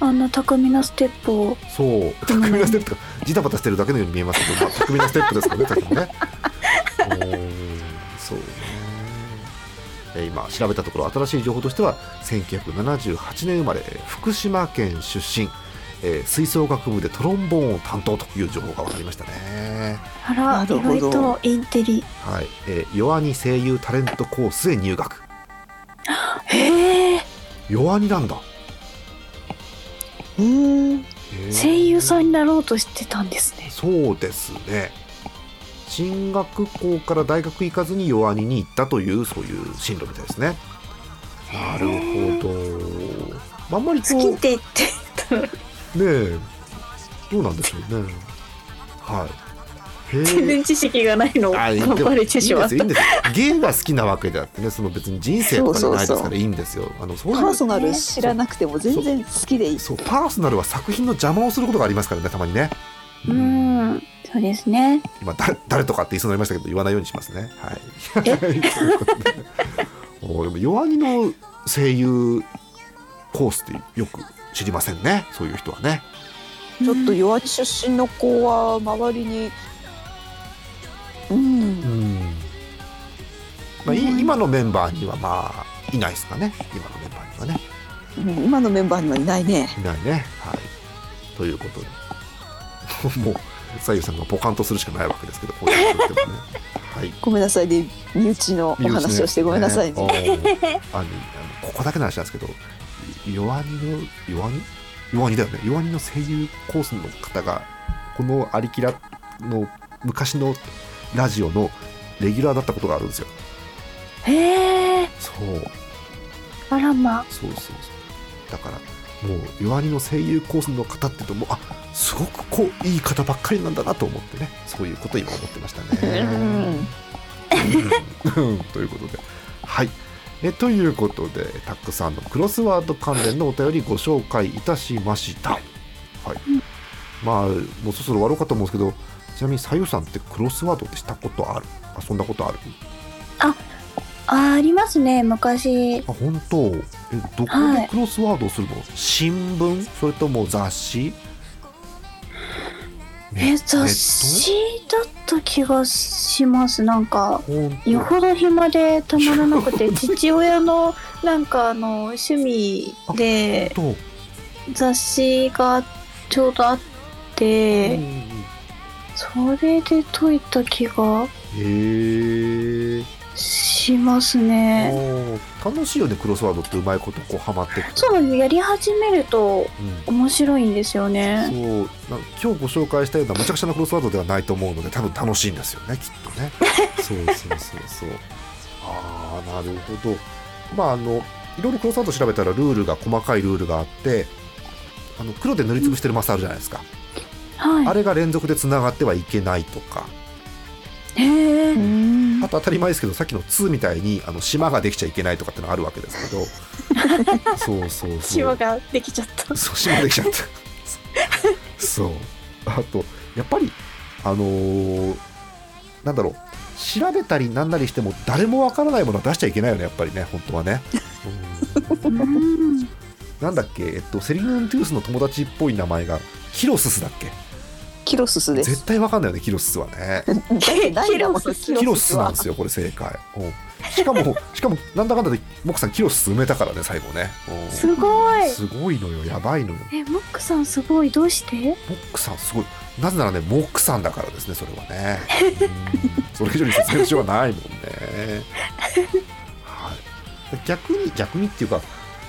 Speaker 7: あんな巧みなステップを
Speaker 1: そう巧みなステップがジタバタしてるだけのように見えますけど、まあ、巧みなステップですからね確かに ねうーんそうねえー今調べたところ新しい情報としては1978年生まれえー福島県出身、えー吹奏楽部でトロンボーンを担当という情報が分かりましたね
Speaker 7: あら
Speaker 9: な
Speaker 7: 意
Speaker 9: るほど
Speaker 7: 外とインテリ
Speaker 1: はい、えー、弱に声優タレントコースへ入学
Speaker 7: へえ
Speaker 1: 弱になんだ
Speaker 6: うん。
Speaker 1: へー
Speaker 7: 声優さんになろうとしてたんですね
Speaker 1: そうですね進学校から大学行かずに弱にに行ったというそういう進路みたいですねなるほどまああんまりこ
Speaker 6: 好
Speaker 1: う
Speaker 6: き
Speaker 1: ね
Speaker 6: って言って。
Speaker 1: えどうなんでしょうねはいへー
Speaker 3: 全然知識がないのを
Speaker 1: あいい
Speaker 3: 頑張れてしまっ
Speaker 1: いいんですよいいんですよ芸が好きなわけであってねその別に人生とかじゃないですからいいんですよあのそう
Speaker 5: パ
Speaker 1: いう
Speaker 5: ーソナル知らなくても全然好きでいい
Speaker 1: そうパーソナルは作品の邪魔をすることがありますからねたまにね
Speaker 7: うんそうですね
Speaker 1: 今誰誰とかって言いそうになりましたけど言わないようにしますねはい おーでも弱にの声優コースってよく知りませんねそういう人はね
Speaker 5: ちょっと弱い出身の子は周りにうん
Speaker 1: んまあ、い今のメンバーにはまあいないですかね今のメンバーにはね
Speaker 5: うん今のメンバーにはいないね
Speaker 1: いないねはいということで もう左右さんがポカンとするしかないわけですけどこういうこと でもねはい
Speaker 5: ごめんなさいで身内のお話をしてごめんなさい
Speaker 1: ね
Speaker 5: ね。
Speaker 1: あのあのここだけの話なんですけど、弱にの弱に弱にだよね。弱にの声優コースの方がこのアリキラの昔のラジオのレギュラーだったことがあるんですよ。
Speaker 7: へえ
Speaker 1: そう
Speaker 7: あらま
Speaker 1: そうそうそう。だからもう弱にの声優コースの方って言うともうあすごくこういい方ばっかりなんだなと思ってね、そういうことを今思ってましたね。うん ということではいえということでたくさんのクロスワード関連のお便りご紹介いたしましたはい、まあもうそろそろ終わろうかと思うんですけどちなみにさゆさんってクロスワードってしたことある遊んだことある
Speaker 7: あありますね昔
Speaker 1: あ本当えどこ
Speaker 7: は
Speaker 1: で
Speaker 7: い
Speaker 1: クロスワードをするの、新聞それとも雑誌
Speaker 7: え
Speaker 1: ね
Speaker 7: 雑誌だった気がしますなんか
Speaker 1: ネット
Speaker 7: よ
Speaker 1: 本
Speaker 7: ほど暇でたまらなくて父親のなんかあの趣味で
Speaker 1: 当と
Speaker 7: 雑誌がちょうどあって、それで解いた気が
Speaker 1: へえ
Speaker 7: しますね。
Speaker 1: 楽しいよねクロスワードってうまいことこうハマっていくと
Speaker 7: そうなんですやり始めると
Speaker 1: うん
Speaker 7: 面白いんですよね。
Speaker 1: そうな今日ご紹介したようなむちゃくちゃなクロスワードではないと思うので多分楽しいんですよねきっと ねそうそうそうそうああなるほどまああのいろいろクロスワード調べたらルールが細かいルールがあってあの黒で塗りつぶしてるマスあるじゃないですか、あ
Speaker 7: は
Speaker 1: れが連続でつながってはいけないとか
Speaker 7: い。へえ。
Speaker 1: あと当たり前ですけどさっきの「2」みたいにあの島ができちゃいけないとかってのあるわけですけどそうそうそ う
Speaker 7: シワができちゃった。
Speaker 1: そう島できちゃったそうあとやっぱりあのーなんだろう調べたりなんなりしても誰もわからないものは出しちゃいけないよねやっぱりね本当はねうんなんだっけえっとセリーヌ・トゥースの友達っぽい名前がキロススだっけ
Speaker 5: キロススです。
Speaker 1: 絶対わかんないよねキロススはね
Speaker 5: キロスス
Speaker 1: キロススなんですよこれ正解うんしか もしかもなんだかんだでモクさんキロスス埋めたからね最後ねうん
Speaker 7: すごい。
Speaker 1: すごいのよやばいのよ
Speaker 7: え、モックさんすごい。どうして？
Speaker 1: モックさんすごいなぜならねモックさんだからですねそれはねうんそれ以上に説明書はないもんね、はい、逆に逆にっていうか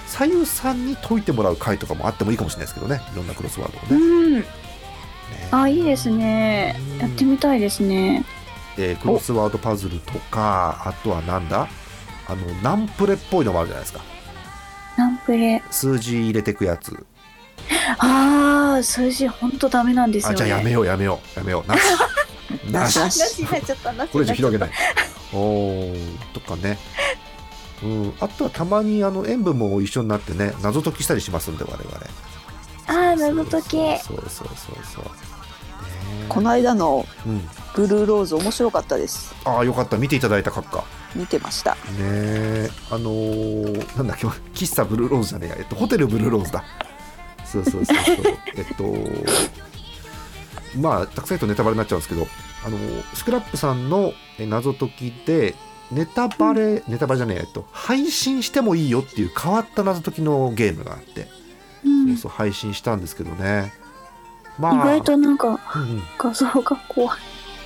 Speaker 1: 左右さんに解いてもらう回とかもあってもいいかもしれないですけどねいろんなクロスワードをね
Speaker 7: うん。
Speaker 1: ね
Speaker 7: あ、いいですね。やってみたいですね。
Speaker 1: えークロスワードパズルとかあとはなんだあのナンプレっぽいのもあるじゃないですか
Speaker 7: ナンプレ。
Speaker 1: 数字入れてくやつ
Speaker 7: ああ、数字本当ダメなんですよ
Speaker 1: あ
Speaker 7: ね。
Speaker 1: じゃあやめようやめようやめようなしなし
Speaker 5: なし
Speaker 1: これ以上広げないおーとかね、うん、あとはたまにあの演舞も一緒になってね謎解きしたりしますんで我々
Speaker 7: ああ、謎解き。
Speaker 1: そうそうそうそうそう、ねえ
Speaker 5: この間の
Speaker 1: うん、
Speaker 5: ブルーローズ面白かったです
Speaker 1: ああよかった見ていただいた閣下
Speaker 5: 見てました
Speaker 1: ねえあのーなんだっけ喫茶ブルーローズじゃねえや、えっと、ホテルブルーローズだそうそうそう そうえっとまあたくさん言うとネタバレになっちゃうんですけどあのースクラップさんのえ謎解きでネタバレ、ネタバレじゃねえや、えっと、配信してもいいよっていう変わった謎解きのゲームがあって、
Speaker 7: うん、
Speaker 1: え
Speaker 7: 意
Speaker 1: そう配信したんですけどねまあ
Speaker 7: 外となんか
Speaker 1: うん
Speaker 7: 画像が怖い。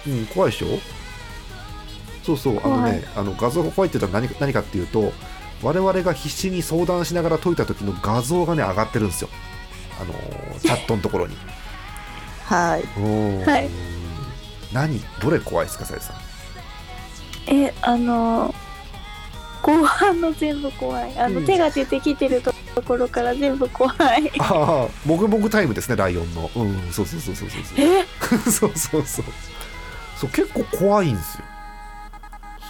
Speaker 1: うん、うん、怖いでしょそうそうあの
Speaker 7: 怖
Speaker 1: ね
Speaker 7: い
Speaker 1: あの画像が怖いって言ったら何か何かっていうと我々が必死に相談しながら解いた時の画像がね上がってるんですよあの ーチャットのところに
Speaker 5: はい
Speaker 1: は
Speaker 7: はい
Speaker 1: 何どれ怖いですかさゆりさん
Speaker 7: え、あの、後半の全部怖い。あの、
Speaker 1: うん
Speaker 7: 手が出てきてるところから全部怖い。
Speaker 1: ああもぐもぐタイムですねライオンのうんそうそうそうそうそうそう
Speaker 7: え、
Speaker 1: そうそうそうそう結構怖いんですよ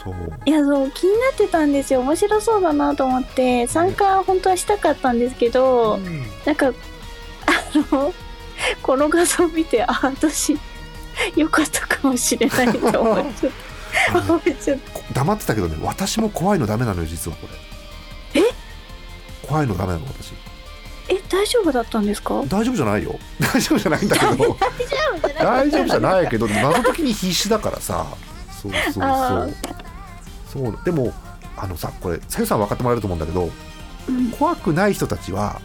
Speaker 1: そう
Speaker 7: いや、そう、気になってたんですよ。面白そうだなと思って、参加本当はしたかったんですけど、なんか、あの、この画像見て、あ、私、良かったかもしれないと思っちゃっ
Speaker 1: あ
Speaker 7: た。
Speaker 1: の
Speaker 7: 思っちゃっ
Speaker 1: 黙ってたけどね私も怖いのダメなのよ実はこれ怖いのダメなの私
Speaker 7: たえ、大丈夫だったんですか
Speaker 1: 大丈夫じゃないよ 大丈夫じゃないんだ けど大丈夫じゃないけど謎解きに必死だからさそうそう
Speaker 7: あ
Speaker 1: そうそうでもあのさこれさゆさん分かってもらえると思うんだけど、
Speaker 7: うん
Speaker 1: 怖くない人たちは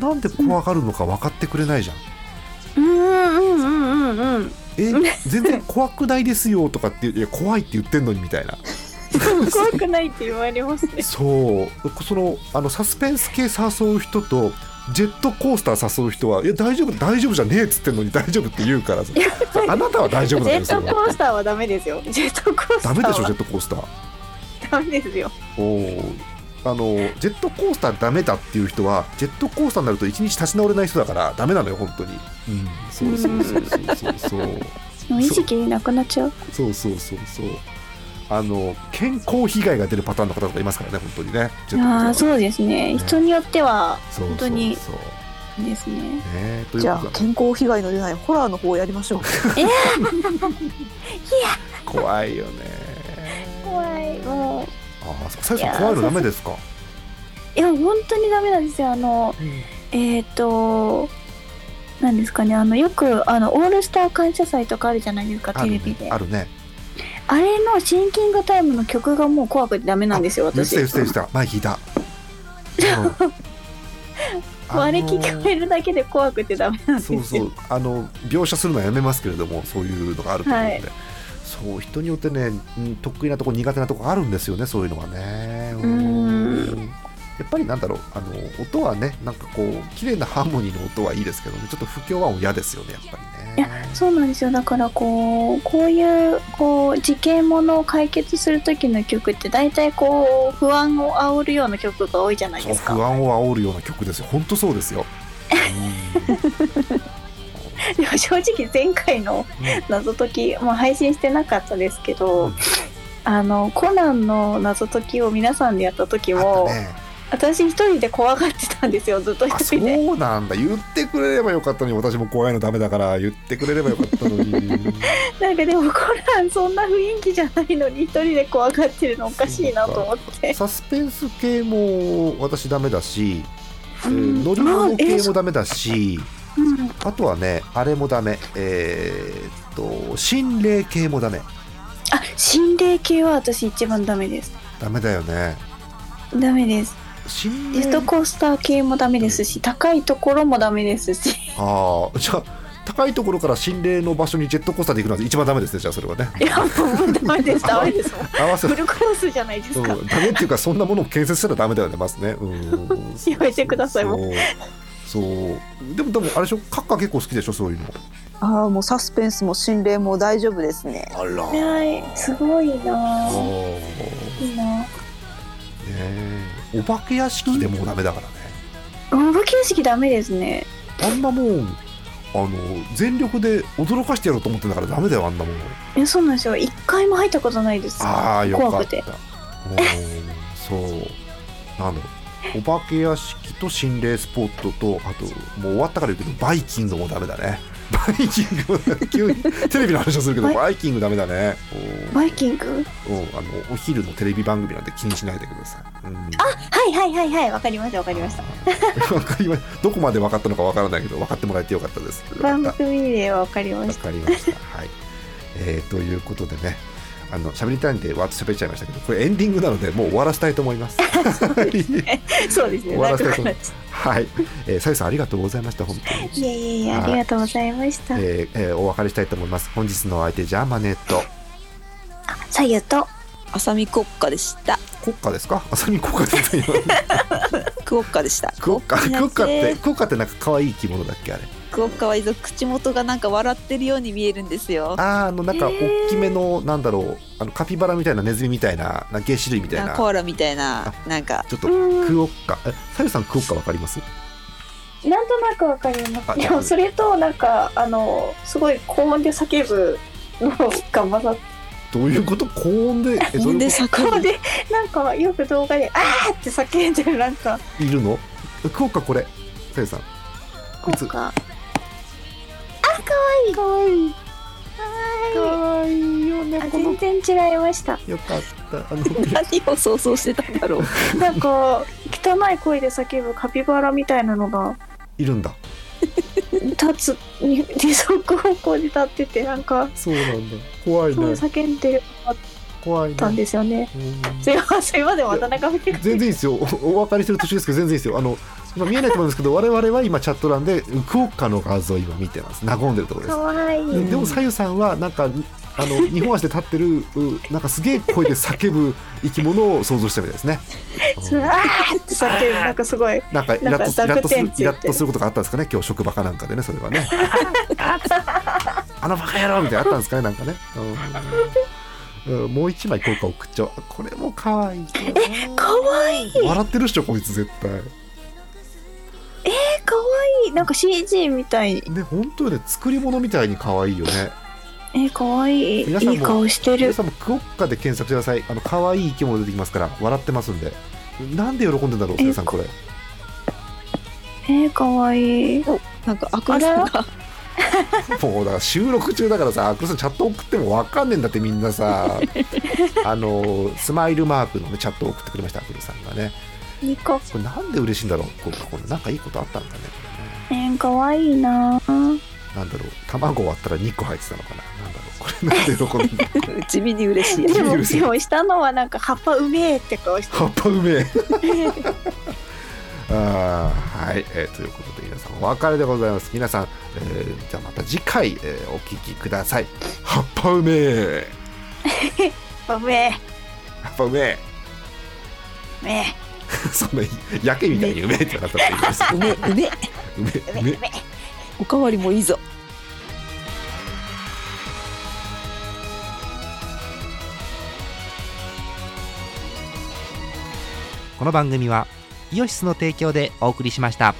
Speaker 1: なんで怖がるのか分かってくれないじゃん、
Speaker 7: うんうんうんうんうん。
Speaker 1: え全然怖くないですよとかっていや怖いって言ってんのにみたいな
Speaker 7: 怖くないって言われますね。
Speaker 1: そうそのあのサスペンス系誘う人とジェットコースター誘う人はいや大丈夫大丈夫じゃねえっつってんのに大丈夫って言うからさそうあなたは大丈夫
Speaker 7: ジ
Speaker 1: な
Speaker 7: ェ
Speaker 1: んで
Speaker 7: ッ
Speaker 1: すよ
Speaker 7: トコースターはダメですよ。ジェットコースタ
Speaker 1: ダ
Speaker 7: ー
Speaker 1: メでしょジ
Speaker 7: は
Speaker 1: ェットコースター
Speaker 7: ダメですよ。
Speaker 1: おーあのジェットコースターダメだっていう人はジェットコースターになると一日立ち直れない人だからダメなのよ本当にうんそうそうそうそうそうそう
Speaker 7: 無意識になくなっちゃう。
Speaker 1: そうそうそうそうあの健康被害が出るパターンの方とかいますからね本当にねジェットコースターは
Speaker 7: ああ、そうですね。人によっては
Speaker 1: そう
Speaker 7: 本当に
Speaker 1: そうそう
Speaker 7: ですね。
Speaker 1: ねということ
Speaker 5: じゃ
Speaker 1: なんで
Speaker 5: あ健康被害の出ないホラーの方をやりましょう
Speaker 1: 怖いよ ね
Speaker 7: 怖い。もう
Speaker 1: ああ最
Speaker 7: いや
Speaker 1: 初
Speaker 7: ー
Speaker 1: 怖いのダメですか
Speaker 7: いや本当にダメなんですよ。あの、えっ、と。なんですかねあのよくあのオールスター感謝祭とかあるじゃないですか
Speaker 1: あ
Speaker 7: テ
Speaker 1: る
Speaker 7: レビで
Speaker 1: ね
Speaker 7: あ,、
Speaker 1: あるね
Speaker 7: れのシンキングタイムの曲がもう怖くてダメなんですよ
Speaker 1: うっ
Speaker 7: 私
Speaker 1: せうっせうっせ前聞い たうん
Speaker 7: もうあれ聞こえるだけで怖くてダメなんです
Speaker 1: そ
Speaker 7: よ
Speaker 1: うそうあの描写するのはやめますけれどもそういうのがあると思うんで、
Speaker 7: はい
Speaker 1: そう人によってねうん得意なとこ苦手なとこあるんですよねそういうのがねう
Speaker 7: ー
Speaker 1: んやっぱりなんだろうあの音はねなんかこう綺麗なハーモニーの音はいいですけどねちょっと不協和音嫌ですよねやっぱり
Speaker 7: い
Speaker 1: ね
Speaker 7: やそうなんですよだからこうこういうこう事件ものを解決する時の曲って大体こう不安を煽るような曲が多いじゃない
Speaker 1: そう
Speaker 7: です
Speaker 1: 不
Speaker 7: か。
Speaker 1: 安を煽るような曲ですよ本当そうですようん
Speaker 7: でも正直前回の
Speaker 1: うん
Speaker 7: 謎解きもう配信してなかったですけど、
Speaker 1: うん
Speaker 7: あのコナンの謎解きを皆さんでやった時
Speaker 1: あ
Speaker 7: も
Speaker 1: ったね
Speaker 7: 私一人で怖がってたんですよずっと
Speaker 1: あ
Speaker 7: 一
Speaker 1: そ
Speaker 7: 人で。
Speaker 1: うなんだ言ってくれればよかったのに私も怖いのダメだから言ってくれればよかったの に
Speaker 7: なんかでもコナンそんな雰囲気じゃないのに一人で怖がってるのおかしいなと思って。
Speaker 1: サスペンス系も私ダメだし、えー
Speaker 7: うん
Speaker 1: 乗り物
Speaker 7: あえ
Speaker 1: 系
Speaker 7: ーそ
Speaker 1: もダメだし
Speaker 7: うん
Speaker 1: あとはねあれもダメえーっと心霊系もダメ
Speaker 7: あ心霊系は私一番ダメです
Speaker 1: ダメだよね
Speaker 7: ダメです
Speaker 1: 心
Speaker 7: ジェ
Speaker 1: 霊
Speaker 7: ットコースター系もダメですし高いところもダメですし
Speaker 1: ああじゃあ高いところから心霊の場所にジェットコースターで行くのは一番ダメですねじゃあそれはね
Speaker 7: いやもうダメですダ メですもん
Speaker 1: 合わせ
Speaker 7: フルコースじゃないです
Speaker 1: うん、
Speaker 7: か、
Speaker 1: ダメっていうかそんなものを建設したらダメだよねまずね。うん、
Speaker 7: やめてくださいも
Speaker 1: う。そう。でもでもあれでしょ、カッカー結構好きでしょそういうの。
Speaker 5: ああもうサスペンスも心霊も大丈夫ですね
Speaker 1: あら。
Speaker 7: はいすごいな
Speaker 1: お
Speaker 7: ぁ
Speaker 1: ー
Speaker 7: いいなぁ
Speaker 1: ねえお化け屋敷でもうダメだからね。
Speaker 7: お化け屋敷ダメですね
Speaker 1: あんなもん。あの全力で驚かしてやろうと思ってんだからダメだよあんなもの
Speaker 7: えそうなんですよ一回も入ったことないです
Speaker 1: ああよか
Speaker 7: 怖
Speaker 1: っ
Speaker 7: く
Speaker 1: た
Speaker 7: て
Speaker 1: おーそうなのお化け屋敷と心霊スポットとあともう終わったから言うけどバイキングもダメだねバイキングもダメ急にテレビの話をするけど
Speaker 7: バイ
Speaker 1: バイキングダメだねおー
Speaker 7: バイキング
Speaker 1: うん、あのお昼のテレビ番組なんて気にしないでください。うん、
Speaker 6: はいはいはいはいわかりましたわかりました
Speaker 1: あわかりまどこまで分かったのか分からないけど分かってもらえてよかったです。よかっ
Speaker 4: 番
Speaker 1: た
Speaker 4: 組名は分かりま
Speaker 1: わ
Speaker 4: し
Speaker 1: かりました。はい。えーということでね、あの喋りたいんでわーっと喋っちゃいましたけど、これエンディングなのでもう終わらせたいと思います。はい
Speaker 6: そうですね
Speaker 1: 終わらせ
Speaker 6: 長
Speaker 1: たい
Speaker 6: くなっちゃっ
Speaker 1: はい。えーさゆさんありがとうございました本当
Speaker 4: たい
Speaker 1: に。
Speaker 4: やいやいやありがとうございました
Speaker 1: えーえーお別れしたいと思います。本日のお相手ジャーマネット
Speaker 4: さゆと
Speaker 6: た浅見国家でした
Speaker 1: 国家ですか？あさみ国家ですか今
Speaker 6: クオッカでした
Speaker 1: 国家
Speaker 6: 国家
Speaker 1: 国家って
Speaker 6: です
Speaker 1: 国家ってなんか可愛い着物だっけあれ？
Speaker 6: クオッカはいぞ口元がなんか笑ってるように見えるんですよ
Speaker 1: あーあのなんか大きめの、なんだろうあのカピバラみたいなネズミみたいななんかげ種類みたい
Speaker 6: なん
Speaker 1: な
Speaker 6: かコアラみたいななんか
Speaker 1: ちょっとクオッカえさゆさんクオッカわかります？
Speaker 7: なんとなくわかりま
Speaker 1: あ
Speaker 7: すでもそれとなんかあのすごい高音で叫ぶのが混ざって
Speaker 1: どういうこと高音でえど
Speaker 6: ほ
Speaker 1: ういうこと
Speaker 6: んでさ
Speaker 7: こうでなんかよく動画で「あー!」って叫んでるなんか
Speaker 1: いるのクオッカこれさゆさんこいつ
Speaker 4: か
Speaker 1: かわいいかわいいよね
Speaker 7: あ
Speaker 1: この
Speaker 7: 全然違いました
Speaker 1: よかったあの
Speaker 6: 何を想像してたんだろう
Speaker 7: なんか汚い声で叫ぶカピバラみたいなのが
Speaker 1: いるんだ
Speaker 7: 立つに二足歩行で立っててなんか
Speaker 1: そうなんだ怖い
Speaker 7: そう
Speaker 1: ね
Speaker 7: 叫んでる
Speaker 1: 怖いね
Speaker 7: たんですよね
Speaker 1: うん
Speaker 7: すいませんすいません渡辺君
Speaker 1: 全然いいですよおお別れしてる途中ですけど全然いいですよあの今見えないと思うんですけど我々は今チャット欄でクオッカの画像を今見てます和んでるところです
Speaker 7: かわいい
Speaker 1: ででもさゆさんはなんかあの二本足で立ってるうなんかすげえ声で叫ぶ生き物を想像したみたいですね。
Speaker 7: そうあーって叫ぶなんかすごい
Speaker 1: なんかイラッとイ
Speaker 7: な
Speaker 1: ラ
Speaker 7: ん
Speaker 1: ッ
Speaker 7: か
Speaker 1: とする
Speaker 7: 濁点ついて
Speaker 1: イ
Speaker 7: る
Speaker 1: ラッとすることがあったんですかね今日職場かなんかでねそれはね。あのバカ野郎みたいなのあったんですかねなんかね。うんうんもう一枚効果送っちゃおうこれも可愛いえ
Speaker 7: かわいい
Speaker 1: 笑ってるっしょこいつ絶対
Speaker 7: かわいいなんか CG みたい
Speaker 1: ね本当よね作り物みたいに可愛いよね
Speaker 7: えかわいい
Speaker 1: 皆さんも
Speaker 7: いい顔して
Speaker 1: 皆
Speaker 7: る
Speaker 1: さんもクオッカで検索してくださいあの可愛い生き物出てきますから笑ってますんでなんで喜んでんだろう皆さんこれ
Speaker 7: えかわいい
Speaker 6: なんかあこさんが
Speaker 1: もうだから収録中だからさ、クロさんチャット送ってもわかんねえんだってみんな さ。あのスマイルマークの、ね、チャットを送ってくれました、アクロさんがね。
Speaker 7: ニコ
Speaker 1: これなんで嬉しいんだろう、これこれなんかいいことあったんだね。これね
Speaker 7: えー、かわいいなぁ
Speaker 1: なんだろう、卵割ったら2個入ってたのかな。なんだろう、これなんで喜んでんだ
Speaker 6: 地味に嬉しい
Speaker 7: でも
Speaker 1: 許せ
Speaker 7: でも下のはなんか葉っぱうめえって顔して
Speaker 1: 葉っぱうめえ。 あーはい、えーということで皆さんお別れでございます。皆さん、えーじゃあまた次回、えーお聞きください。葉っぱうめえ。
Speaker 7: うめえ
Speaker 1: 葉っぱうめえ。
Speaker 7: うめえ
Speaker 1: そんなやけみたいにうめえってなったらいいです。
Speaker 6: うめうめ
Speaker 1: うめうめ
Speaker 6: おかわりもいいぞ
Speaker 10: この番組はイオシスの提供でお送りしました。